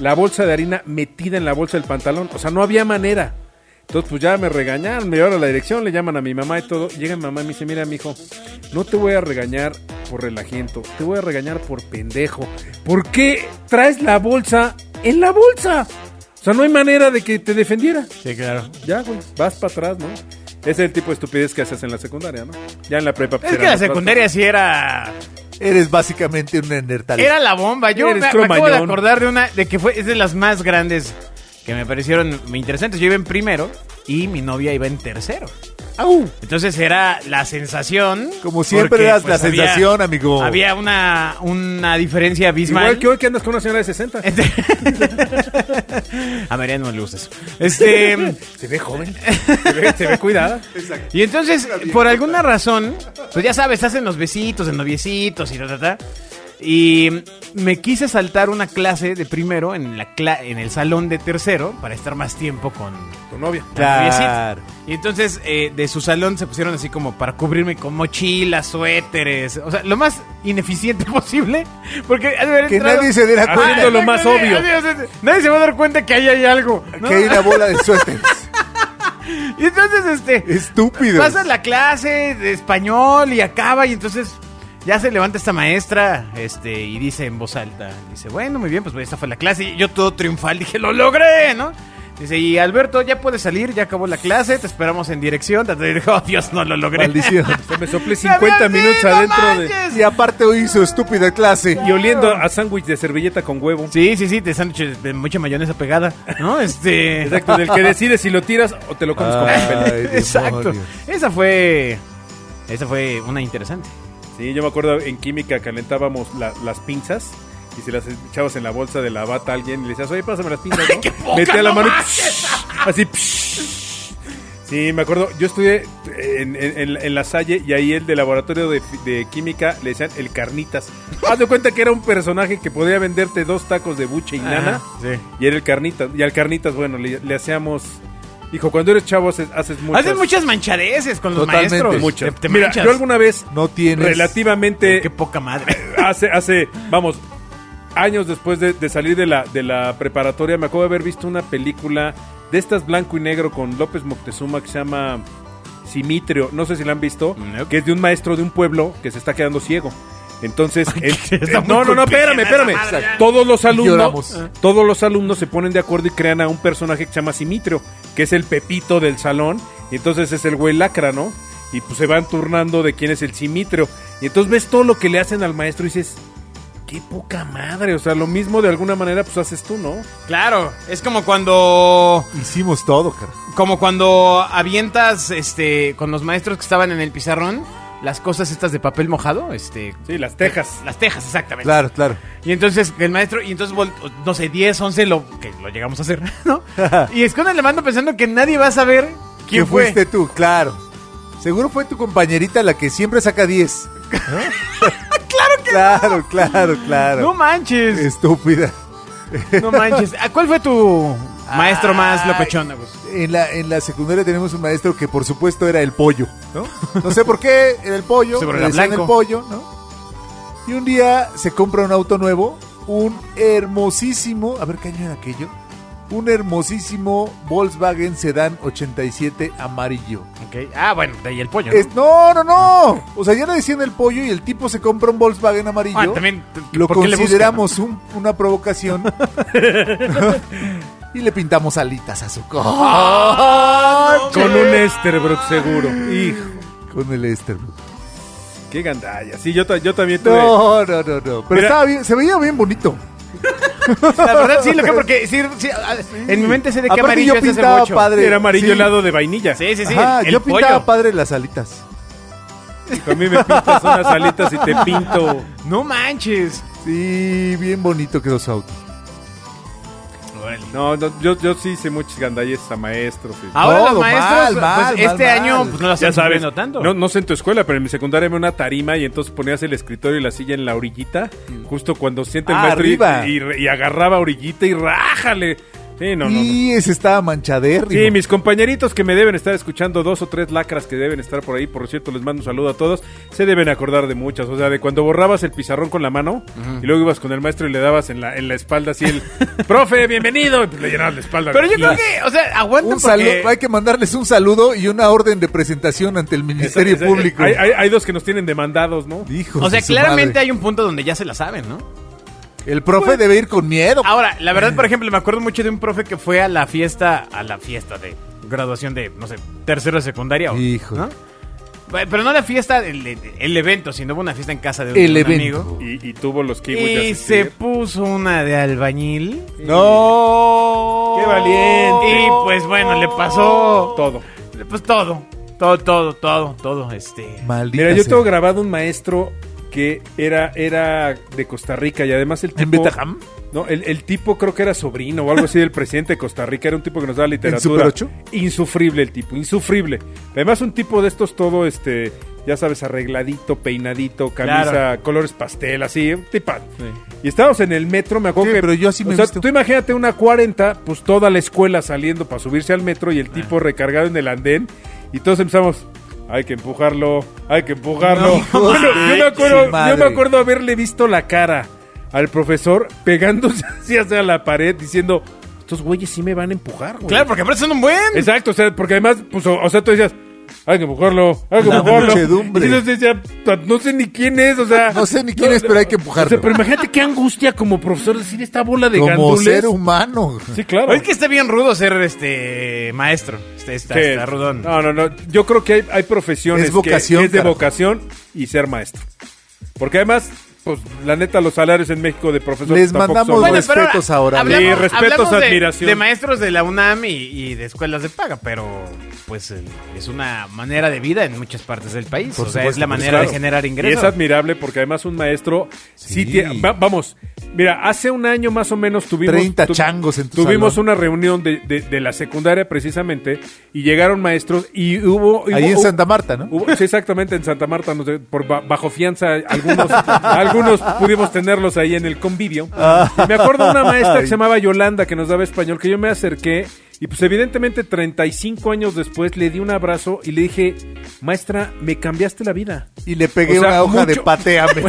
[SPEAKER 3] la bolsa de harina metida en la bolsa del pantalón. O sea, no había manera. Entonces, pues ya me regañaron, me llevaron a la dirección, le llaman a mi mamá y todo. Llega mi mamá y me dice, mira, mijo, no te voy a regañar por relajiento, te voy a regañar por pendejo. ¿Por qué traes la bolsa en la bolsa? O sea, no hay manera de que te defendiera.
[SPEAKER 2] Sí, claro.
[SPEAKER 3] Ya, güey, vas para atrás, ¿no? Ese es el tipo de estupidez que haces en la secundaria, ¿no? Ya en la prepa. pues,
[SPEAKER 2] Es que
[SPEAKER 3] eran
[SPEAKER 2] la
[SPEAKER 3] otras
[SPEAKER 2] secundaria sí era.
[SPEAKER 4] Eres básicamente un neandertal.
[SPEAKER 2] Era la bomba. Yo me,
[SPEAKER 3] Eres
[SPEAKER 2] me acabo de
[SPEAKER 3] cromañón.
[SPEAKER 2] acordar de una, de que fue, es de las más grandes que me parecieron interesantes. Yo iba en primero y mi novia iba en tercero.
[SPEAKER 4] Au.
[SPEAKER 2] Entonces era la sensación.
[SPEAKER 4] Como siempre
[SPEAKER 2] porque, pues,
[SPEAKER 4] eras la
[SPEAKER 2] había-
[SPEAKER 4] sensación, amigo.
[SPEAKER 2] Había una, una diferencia abismal.
[SPEAKER 3] Igual que hoy que andas con una señora
[SPEAKER 2] <laughs>
[SPEAKER 3] de 60.
[SPEAKER 2] A Mariano no le gusta eso. Este.
[SPEAKER 3] Se ve joven. Se ve, se ve cuidada.
[SPEAKER 2] Y entonces, por alguna razón, pues ya sabes, hacen los besitos, en noviecitos y ta, ta, ta. Y me quise saltar una clase de primero en, la cla- en el salón de tercero para estar más tiempo con la
[SPEAKER 3] Tu novia.
[SPEAKER 4] Claro.
[SPEAKER 2] noviecita. Y entonces, eh, de su salón se pusieron así como para cubrirme con mochilas, suéteres. O sea, lo más ineficiente <laughs> posible. Porque ha de haber
[SPEAKER 4] Que
[SPEAKER 2] entrado-
[SPEAKER 4] nadie se diera
[SPEAKER 2] Ah,
[SPEAKER 4] cuenta
[SPEAKER 3] Haciendo lo más obvio.
[SPEAKER 2] nadie- Nadie se va a dar cuenta que ahí hay algo. ¿no?
[SPEAKER 4] que hay una bola de suéteres.
[SPEAKER 2] <laughs> Y entonces, este.
[SPEAKER 4] Estúpido.
[SPEAKER 2] Pasa la clase de español y acaba y entonces ya se levanta esta maestra este y dice en voz alta, dice, bueno, muy bien, pues esta fue la clase. Y yo todo triunfal <laughs> dije, lo logré, ¿no? Dice, y Alberto, ya puedes salir, ya acabó la clase, te esperamos en dirección. Tanto yo dije, oh Dios, no lo logré.
[SPEAKER 4] <laughs> Maldición.
[SPEAKER 3] Se me sople
[SPEAKER 2] Se había
[SPEAKER 3] 50
[SPEAKER 2] ido,
[SPEAKER 3] minutos
[SPEAKER 2] no
[SPEAKER 3] adentro de.
[SPEAKER 2] manches.
[SPEAKER 4] Y aparte hoy su estúpida clase.
[SPEAKER 3] Y oliendo a sándwich de servilleta con huevo.
[SPEAKER 2] <laughs> Sí, sí, sí, te sándwich de- de mucha mayonesa pegada,
[SPEAKER 3] <laughs>
[SPEAKER 2] ¿no? Este...
[SPEAKER 3] Exacto, del que decides si lo tiras o te lo comes con
[SPEAKER 4] Ay,
[SPEAKER 3] papel.
[SPEAKER 4] demonios.
[SPEAKER 2] <laughs>
[SPEAKER 3] Oh,
[SPEAKER 2] Exacto. Esa fue... Esa fue una interesante.
[SPEAKER 3] Sí, yo me acuerdo en química calentábamos la- las pinzas y se las echabas en la bolsa de la bata a alguien y le decías, oye, pásame las pinzas, ¿no? Metía la mano y psh, así. psh. Sí, me acuerdo, yo estudié en, en- en- en la Salle y ahí el de laboratorio de, fi- de química le decían el Carnitas. Haz de cuenta que era un personaje que podía venderte dos tacos de buche y nana.
[SPEAKER 2] Ajá, Ah, sí.
[SPEAKER 3] Y era el Carnitas. Y al Carnitas, bueno, le, le hacíamos... Hijo, cuando eres chavo haces, haces muchas...
[SPEAKER 2] Haces muchas manchadeces con los
[SPEAKER 4] Totalmente.
[SPEAKER 2] maestros.
[SPEAKER 3] muchas.
[SPEAKER 2] Te, te
[SPEAKER 3] Mira,
[SPEAKER 2] manchas.
[SPEAKER 3] yo alguna vez...
[SPEAKER 4] No tienes.
[SPEAKER 3] Relativamente
[SPEAKER 2] Qué poca madre.
[SPEAKER 3] hace, hace, vamos, años después de, de salir de la, de la preparatoria, me acabo de haber visto una película de estas blanco y negro con López Moctezuma que se llama Simitrio, no sé si la han visto,
[SPEAKER 2] Nope.
[SPEAKER 3] que es de un maestro de un pueblo que se está quedando ciego. Entonces, el- eh,
[SPEAKER 2] está muy
[SPEAKER 3] no, no, no,
[SPEAKER 2] culpígena
[SPEAKER 3] espérame,
[SPEAKER 2] esa
[SPEAKER 3] espérame.
[SPEAKER 2] madre, ya.
[SPEAKER 3] Todos los alumnos,
[SPEAKER 4] Lloramos.
[SPEAKER 3] todos los alumnos se ponen de acuerdo y crean a un personaje que se llama Simitrio, que es el Pepito del salón, y entonces es el güey lacra, ¿no? Y pues se van turnando de quién es el Simitrio. Y entonces ves todo lo que le hacen al maestro y dices, qué poca madre, o sea, lo mismo de alguna manera pues haces tú, ¿no?
[SPEAKER 2] Claro, es como cuando
[SPEAKER 4] Hicimos todo, cara.
[SPEAKER 2] como cuando avientas este con los maestros que estaban en el pizarrón las cosas estas de papel mojado, este
[SPEAKER 3] Sí, las tejas.
[SPEAKER 2] las tejas exactamente.
[SPEAKER 4] Claro, claro.
[SPEAKER 2] Y entonces el maestro y entonces vol- no sé, 10, 11 lo que lo llegamos a hacer, <laughs> ¿no? y esconden la mano pensando que nadie va a saber quién
[SPEAKER 4] que
[SPEAKER 2] fue.
[SPEAKER 4] fuiste tú, claro. Seguro fue tu compañerita la que siempre saca 10.
[SPEAKER 2] <laughs>
[SPEAKER 4] claro que Claro, claro, claro.
[SPEAKER 2] No manches,
[SPEAKER 4] Estúpida. <laughs>
[SPEAKER 2] no manches. ¿A cuál fue tu maestro más locochón, Agus?
[SPEAKER 4] En la, en la secundaria tenemos un maestro que por supuesto era el pollo, ¿no? No sé por qué, era el pollo,
[SPEAKER 2] Sí, pero
[SPEAKER 4] le
[SPEAKER 2] era
[SPEAKER 4] decían
[SPEAKER 2] blanco.
[SPEAKER 4] el pollo, ¿no? Y un día se compra un auto nuevo, un hermosísimo, a ver qué año era aquello, un hermosísimo Volkswagen Sedán 87 amarillo.
[SPEAKER 2] Ok. Ah, bueno, de ahí el pollo. ¿no?
[SPEAKER 4] Es- no, no, no. O sea, ya le decían el pollo y el tipo se compra un Volkswagen amarillo.
[SPEAKER 2] Ah, también,
[SPEAKER 4] lo
[SPEAKER 2] ¿por qué le buscan?
[SPEAKER 4] consideramos un- una provocación. <laughs> y le pintamos alitas a su coche.
[SPEAKER 3] Con un Esterbrook seguro. Hijo,
[SPEAKER 4] Con el Esterbrook.
[SPEAKER 3] qué gandalla. Sí, yo, ta- yo también tuve.
[SPEAKER 4] No, no, no, no. Pero
[SPEAKER 3] Mira.
[SPEAKER 4] estaba bien, se veía bien bonito.
[SPEAKER 2] La verdad sí, lo que porque sí, sí, ah, en mi mente sé de qué
[SPEAKER 4] Aparte,
[SPEAKER 2] amarillo
[SPEAKER 4] yo
[SPEAKER 2] es ese
[SPEAKER 4] pintaba
[SPEAKER 2] bocho.
[SPEAKER 4] padre.
[SPEAKER 3] Era amarillo
[SPEAKER 4] Sí.
[SPEAKER 3] helado de vainilla.
[SPEAKER 2] Sí, sí, sí.
[SPEAKER 4] Ajá,
[SPEAKER 2] el- el
[SPEAKER 4] yo pintaba
[SPEAKER 2] pollo.
[SPEAKER 4] padre las alitas.
[SPEAKER 3] Hijo, A mí me pintas unas alitas y te pinto.
[SPEAKER 2] No manches.
[SPEAKER 4] Sí, bien bonito quedó su auto.
[SPEAKER 3] No, no, yo, yo sí hice muchas gandalles a maestros. y-
[SPEAKER 2] Ahora
[SPEAKER 4] Todo
[SPEAKER 2] los maestros,
[SPEAKER 4] mal,
[SPEAKER 2] pues,
[SPEAKER 4] mal,
[SPEAKER 2] este
[SPEAKER 4] mal,
[SPEAKER 2] año
[SPEAKER 4] mal.
[SPEAKER 2] pues, no lo
[SPEAKER 3] Ya
[SPEAKER 2] están
[SPEAKER 3] sabes,
[SPEAKER 2] subiendo tanto.
[SPEAKER 3] No, no sé en tu escuela, pero en mi secundaria había una tarima y entonces ponías el escritorio y la silla en la orillita, justo cuando siente el
[SPEAKER 4] Ah,
[SPEAKER 3] maestro y-
[SPEAKER 4] arriba.
[SPEAKER 3] Y, y agarraba orillita y rájale. Sí, no, no, no.
[SPEAKER 4] y ese estaba manchadérrimo.
[SPEAKER 3] Sí, mis compañeritos que me deben estar escuchando, dos o tres lacras que deben estar por ahí, por cierto, les mando un saludo a todos, se deben acordar de muchas, o sea, de cuando borrabas el pizarrón con la mano y luego ibas con el maestro y le dabas en la, en la espalda así el, profe, bienvenido, y pues le llenabas la espalda.
[SPEAKER 2] Pero
[SPEAKER 3] de
[SPEAKER 2] yo creo
[SPEAKER 3] giras.
[SPEAKER 2] que, o sea, aguanta
[SPEAKER 4] Un
[SPEAKER 2] porque...
[SPEAKER 4] saludo, hay que mandarles un saludo y una orden de presentación ante el Ministerio
[SPEAKER 3] Esa- esa-
[SPEAKER 4] Público.
[SPEAKER 3] Hay, hay- hay dos que nos tienen demandados, ¿no?
[SPEAKER 4] Hijos
[SPEAKER 2] O sea,
[SPEAKER 4] de su
[SPEAKER 2] claramente
[SPEAKER 4] madre.
[SPEAKER 2] hay un punto donde ya se la saben, ¿no?
[SPEAKER 4] El profe debe ir con miedo.
[SPEAKER 3] Ah,
[SPEAKER 2] Ahora, la verdad, por ejemplo, me acuerdo mucho de un profe que fue a la fiesta, a la fiesta de graduación de, no sé, tercero de secundaria. o-
[SPEAKER 4] Hijo.
[SPEAKER 2] ¿no? Bueno, Pero no la fiesta, el, el- el evento, sino hubo una fiesta en casa de un,
[SPEAKER 4] El
[SPEAKER 2] un
[SPEAKER 4] evento.
[SPEAKER 2] amigo.
[SPEAKER 3] Y, y tuvo los kiwis de
[SPEAKER 2] Y se
[SPEAKER 3] asistir.
[SPEAKER 2] puso una de albañil.
[SPEAKER 4] No.
[SPEAKER 3] ¡Qué valiente!
[SPEAKER 2] Y pues bueno, le pasó
[SPEAKER 3] todo.
[SPEAKER 2] Pues todo. Todo, todo, todo, todo. Este.
[SPEAKER 4] Maldita
[SPEAKER 3] Mira, yo
[SPEAKER 4] sea.
[SPEAKER 3] tengo grabado un maestro que era, era de Costa Rica y además el tipo...
[SPEAKER 4] ¿En Betacam?
[SPEAKER 3] No, el, el tipo creo que era sobrino o algo así del presidente de Costa Rica, era un tipo que nos daba literatura.
[SPEAKER 4] Super 8?
[SPEAKER 3] Insufrible el tipo, insufrible. Además un tipo de estos todo, este, ya sabes, arregladito, peinadito, camisa,
[SPEAKER 2] Claro.
[SPEAKER 3] colores pastel, así, un tipa. Y estábamos en el metro, me acuerdo
[SPEAKER 4] Sí,
[SPEAKER 3] que...
[SPEAKER 4] pero yo así
[SPEAKER 3] o
[SPEAKER 4] me he
[SPEAKER 3] sea,
[SPEAKER 4] visto.
[SPEAKER 3] tú imagínate una 40, pues toda la escuela saliendo para subirse al metro y el
[SPEAKER 4] Ah.
[SPEAKER 3] tipo recargado en el andén y todos empezamos... Hay que empujarlo, hay que empujarlo. <laughs>
[SPEAKER 4] No,
[SPEAKER 3] Bueno, yo,
[SPEAKER 4] hijos de
[SPEAKER 3] me acuerdo,
[SPEAKER 4] su
[SPEAKER 3] yo
[SPEAKER 4] madre.
[SPEAKER 3] me acuerdo haberle visto la cara al profesor pegándose <laughs> así hacia la pared diciendo, estos güeyes sí me van a empujar, güey.
[SPEAKER 2] Claro, porque aparte son un buen.
[SPEAKER 3] Exacto, o sea, porque además, pues, o, o sea, tú decías, hay que empujarlo, hay que
[SPEAKER 4] La
[SPEAKER 3] empujarlo.
[SPEAKER 4] muchedumbre.
[SPEAKER 3] Y yo decía, no sé ni quién es, o sea.
[SPEAKER 4] No sé ni quién es, pero hay que
[SPEAKER 3] o sea,
[SPEAKER 4] empujarlo.
[SPEAKER 3] pero imagínate qué angustia como profesor decir esta bola este de
[SPEAKER 4] Como
[SPEAKER 3] gandules.
[SPEAKER 4] ser humano.
[SPEAKER 3] Sí, claro.
[SPEAKER 2] Es que está bien rudo ser este maestro. Está, está,
[SPEAKER 3] Sí. Ah,
[SPEAKER 2] está rudón.
[SPEAKER 3] No, no, no. Yo creo que hay, hay profesiones
[SPEAKER 4] Es vocación,
[SPEAKER 3] que es de
[SPEAKER 4] carajo.
[SPEAKER 3] vocación y ser maestro. Porque además, pues, la neta, los salarios en México de profesor
[SPEAKER 4] Les
[SPEAKER 3] tampoco
[SPEAKER 4] mandamos
[SPEAKER 3] son-
[SPEAKER 4] Bueno, respetos ahora,
[SPEAKER 2] hablamos-
[SPEAKER 3] Sí, respetos,
[SPEAKER 2] hablamos de,
[SPEAKER 3] admiración.
[SPEAKER 2] de maestros de la UNAM y, y de escuelas de paga, pero pues eh, es una manera de vida en muchas partes del país.
[SPEAKER 4] Por
[SPEAKER 2] o sea, es
[SPEAKER 4] supuesto,
[SPEAKER 2] la
[SPEAKER 4] pues,
[SPEAKER 2] manera
[SPEAKER 3] Claro.
[SPEAKER 2] de generar
[SPEAKER 3] Y
[SPEAKER 2] ingresos.
[SPEAKER 3] es admirable porque además un maestro sí,
[SPEAKER 4] Sí.
[SPEAKER 3] tiene- va- vamos, mira, hace un año más o menos tuvimos
[SPEAKER 4] 30 changos en tu
[SPEAKER 3] Tuvimos
[SPEAKER 4] salón.
[SPEAKER 3] una reunión de, de- de la secundaria precisamente y llegaron maestros y hubo
[SPEAKER 4] Ahí
[SPEAKER 3] hubo-
[SPEAKER 4] en Santa Marta, ¿no?
[SPEAKER 3] hubo- sí, exactamente, en Santa Marta, no sé, por ba- bajo fianza, algunos, <laughs> algunos pudimos tenerlos ahí en el convivio.
[SPEAKER 4] Ah.
[SPEAKER 3] Y me acuerdo de una maestra que se llamaba Yolanda, que nos daba español, que yo me acerqué y pues evidentemente 35 años después le di un abrazo y le dije, maestra, me cambiaste la vida.
[SPEAKER 4] Y le pegué
[SPEAKER 3] O sea,
[SPEAKER 4] una hoja de
[SPEAKER 3] mucho- <laughs>
[SPEAKER 4] pateame.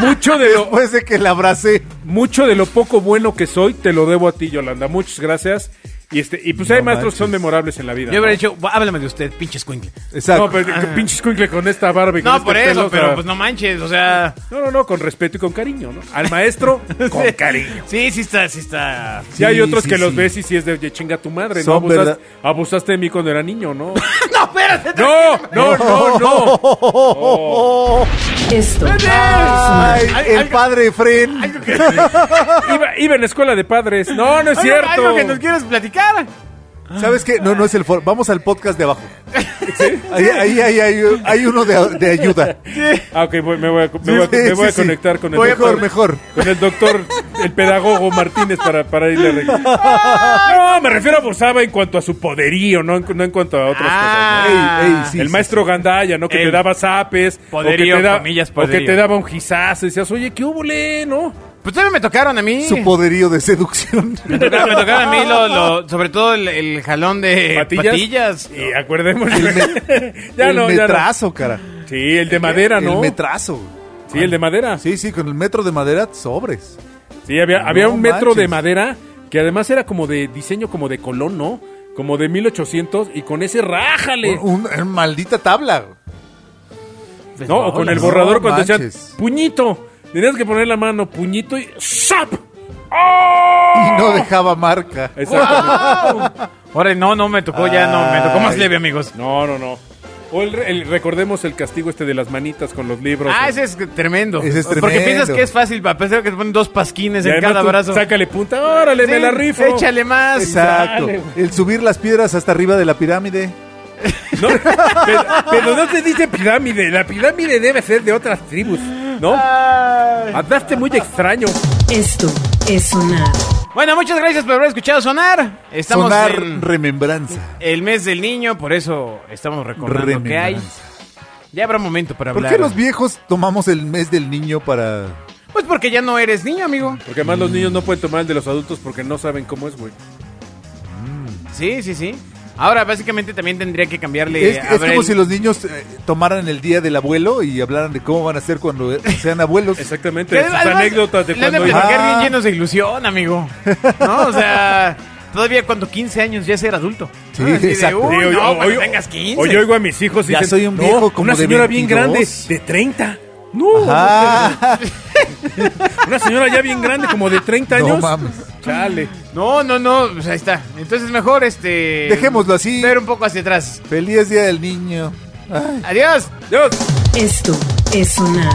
[SPEAKER 3] Mucho de lo,
[SPEAKER 4] Después de que la abracé.
[SPEAKER 3] mucho de lo poco bueno que soy te lo debo a ti, Yolanda. Muchas gracias. Y este, y pues hay
[SPEAKER 4] No
[SPEAKER 3] maestros que son
[SPEAKER 4] manches.
[SPEAKER 3] memorables en la vida.
[SPEAKER 2] Yo
[SPEAKER 3] ¿no?
[SPEAKER 2] hubiera dicho, "Bu- háblame de usted, pinche escuincle.
[SPEAKER 4] Exacto.
[SPEAKER 3] No, pero que pinche escuincle con esta barba y con
[SPEAKER 2] No,
[SPEAKER 3] este
[SPEAKER 2] por eso,
[SPEAKER 3] pelo, o sea,
[SPEAKER 2] pero pues no manches, o sea.
[SPEAKER 3] No, no, no, con respeto y con cariño, ¿no? Al
[SPEAKER 4] <laughs>
[SPEAKER 3] maestro, con cariño.
[SPEAKER 2] Sí, sí está, sí está.
[SPEAKER 3] Sí,
[SPEAKER 4] Sí,
[SPEAKER 3] hay otros
[SPEAKER 4] sí,
[SPEAKER 3] que los
[SPEAKER 4] sí.
[SPEAKER 3] ves y si es de oye, chinga tu madre, ¿no?
[SPEAKER 4] Son
[SPEAKER 3] Abusas-
[SPEAKER 4] verdad-
[SPEAKER 3] abusaste de mí cuando era niño,
[SPEAKER 4] <laughs>
[SPEAKER 3] ¿no?
[SPEAKER 2] <laughs> ¡No, espérate!
[SPEAKER 3] ¡No! ¡No, no, no!
[SPEAKER 1] Esto es sonar.
[SPEAKER 4] Ay, el padre Fren.
[SPEAKER 3] Iba, iba en la escuela de padres. No, no es
[SPEAKER 2] Algo-
[SPEAKER 3] cierto.
[SPEAKER 2] Algo que nos quieres platicar.
[SPEAKER 4] ¿Sabes qué? No, no es el foro. Vamos al podcast de abajo. Ahí, ahí, ahí, hay- hay uno de, de ayuda.
[SPEAKER 3] Ah, ok, voy- me voy a, me voy a-
[SPEAKER 4] Sí,
[SPEAKER 3] me voy a
[SPEAKER 4] sí, sí.
[SPEAKER 3] conectar con el
[SPEAKER 4] Voy a-
[SPEAKER 3] doctor.
[SPEAKER 4] mejor, mejor.
[SPEAKER 3] Con el doctor, el pedagogo Martínez para, para irle
[SPEAKER 4] <laughs>
[SPEAKER 3] a arreglar. No, me refiero a Bosaba en cuanto a su poderío, no en, no en cuanto a otras
[SPEAKER 2] Ah,
[SPEAKER 3] cosas. ¿no?
[SPEAKER 4] Ey, ey, sí,
[SPEAKER 3] el
[SPEAKER 4] sí,
[SPEAKER 3] maestro Gandaya, ¿no? Que
[SPEAKER 2] El
[SPEAKER 3] te daba zapes.
[SPEAKER 2] poderío,
[SPEAKER 3] o que te da-
[SPEAKER 2] comillas,
[SPEAKER 3] o que
[SPEAKER 2] poderío.
[SPEAKER 3] te daba un gizazo. Y decías, oye, ¿qué húbole, no?
[SPEAKER 2] Pues también me tocaron a mí.
[SPEAKER 4] Su poderío de seducción.
[SPEAKER 2] Me tocaron, me tocaron a mí, lo, lo- sobre todo el, el jalón de Eh, patillas.
[SPEAKER 3] Y acordémonos. <laughs>
[SPEAKER 4] el metrazo, cara.
[SPEAKER 3] Sí, el de madera, ¿no?
[SPEAKER 4] El metrazo.
[SPEAKER 3] Sí, el de madera.
[SPEAKER 4] Sí, sí, con el metro de madera, sobres.
[SPEAKER 3] Sí, había, había
[SPEAKER 4] No
[SPEAKER 3] un metro de
[SPEAKER 4] manches.
[SPEAKER 3] madera que además era como de diseño como de Colón, ¿no? Como de 1800 y con ese rájale.
[SPEAKER 4] Un- un- maldita tabla.
[SPEAKER 2] Pues
[SPEAKER 3] ¿No? O con el
[SPEAKER 4] uh, no
[SPEAKER 3] borrador cuando
[SPEAKER 4] manches.
[SPEAKER 3] decían puñito. Tenías que poner la mano, puñito y ¡zap! ¡Oh!
[SPEAKER 4] Y no
[SPEAKER 2] <laughs>
[SPEAKER 4] dejaba marca.
[SPEAKER 3] Exacto.
[SPEAKER 2] Ahora, no, no me tocó ya, no, me tocó más leve, amigos.
[SPEAKER 3] No, no, no. O el, el- recordemos el castigo este de las manitas con los libros.
[SPEAKER 2] Ah, ese es tremendo.
[SPEAKER 4] Ese es
[SPEAKER 2] Porque
[SPEAKER 4] tremendo.
[SPEAKER 2] piensas que es fácil, papá. Pensar que te ponen dos pasquines
[SPEAKER 3] Y
[SPEAKER 2] en
[SPEAKER 3] además
[SPEAKER 2] cada
[SPEAKER 3] tú
[SPEAKER 2] brazo.
[SPEAKER 3] Sácale punta, órale,
[SPEAKER 2] Sí,
[SPEAKER 3] me la rifo.
[SPEAKER 2] Échale más.
[SPEAKER 4] Exacto.
[SPEAKER 3] Dale, güey.
[SPEAKER 4] El subir las piedras hasta arriba de la pirámide.
[SPEAKER 3] No, pero, pero no se dice pirámide, la pirámide debe ser de otras tribus, ¿no? Hablaste muy extraño.
[SPEAKER 1] Esto es sonar.
[SPEAKER 2] Bueno, muchas gracias por haber escuchado sonar. Estamos
[SPEAKER 4] Sonar
[SPEAKER 2] en
[SPEAKER 4] remembranza.
[SPEAKER 2] el mes del niño, por eso estamos recordando que hay.
[SPEAKER 4] Remembranza.
[SPEAKER 2] Ya habrá momento para
[SPEAKER 4] ¿Por
[SPEAKER 2] hablar.
[SPEAKER 4] qué los viejos tomamos el mes del niño para
[SPEAKER 2] Pues porque ya no eres niño, amigo.
[SPEAKER 3] Porque además los niños no pueden tomar el de los adultos porque no saben cómo es, güey.
[SPEAKER 2] Sí, sí, sí. Ahora, básicamente también tendría que cambiarle.
[SPEAKER 4] Es,
[SPEAKER 2] a
[SPEAKER 4] es
[SPEAKER 2] ver,
[SPEAKER 4] como
[SPEAKER 2] el-
[SPEAKER 4] si los niños eh, tomaran el día del abuelo y hablaran de cómo van a ser cuando eh, sean abuelos.
[SPEAKER 3] Exactamente.
[SPEAKER 2] Que
[SPEAKER 3] Sus
[SPEAKER 2] además,
[SPEAKER 3] anécdotas de
[SPEAKER 2] le han
[SPEAKER 3] cuando
[SPEAKER 2] de
[SPEAKER 4] iba-
[SPEAKER 2] platicar
[SPEAKER 4] Ah.
[SPEAKER 2] bien llenos de ilusión, amigo. ¿No? O sea, todavía cuando 15 años ya es ser adulto.
[SPEAKER 4] Sí,
[SPEAKER 2] Ah, así de,
[SPEAKER 4] exacto.
[SPEAKER 2] "Uy,
[SPEAKER 3] Digo,
[SPEAKER 2] no,
[SPEAKER 3] yo-
[SPEAKER 2] cuando
[SPEAKER 3] oigo-
[SPEAKER 2] tengas 15.
[SPEAKER 3] Oye, oigo a mis hijos y
[SPEAKER 4] Ya soy un viejo como
[SPEAKER 3] una
[SPEAKER 4] de
[SPEAKER 3] señora bien
[SPEAKER 4] 22".
[SPEAKER 3] grande, de 30. No,
[SPEAKER 4] Ah,
[SPEAKER 3] una señora ya bien grande, como de 30
[SPEAKER 4] No
[SPEAKER 3] años.
[SPEAKER 4] mames.
[SPEAKER 3] Chale.
[SPEAKER 2] No, no, no, pues ahí está. Entonces mejor este...
[SPEAKER 4] Dejémoslo así.
[SPEAKER 2] Ver un poco hacia atrás.
[SPEAKER 4] Ah. Feliz día del niño. Ay.
[SPEAKER 2] Adiós.
[SPEAKER 3] Dios.
[SPEAKER 1] Esto es sonar.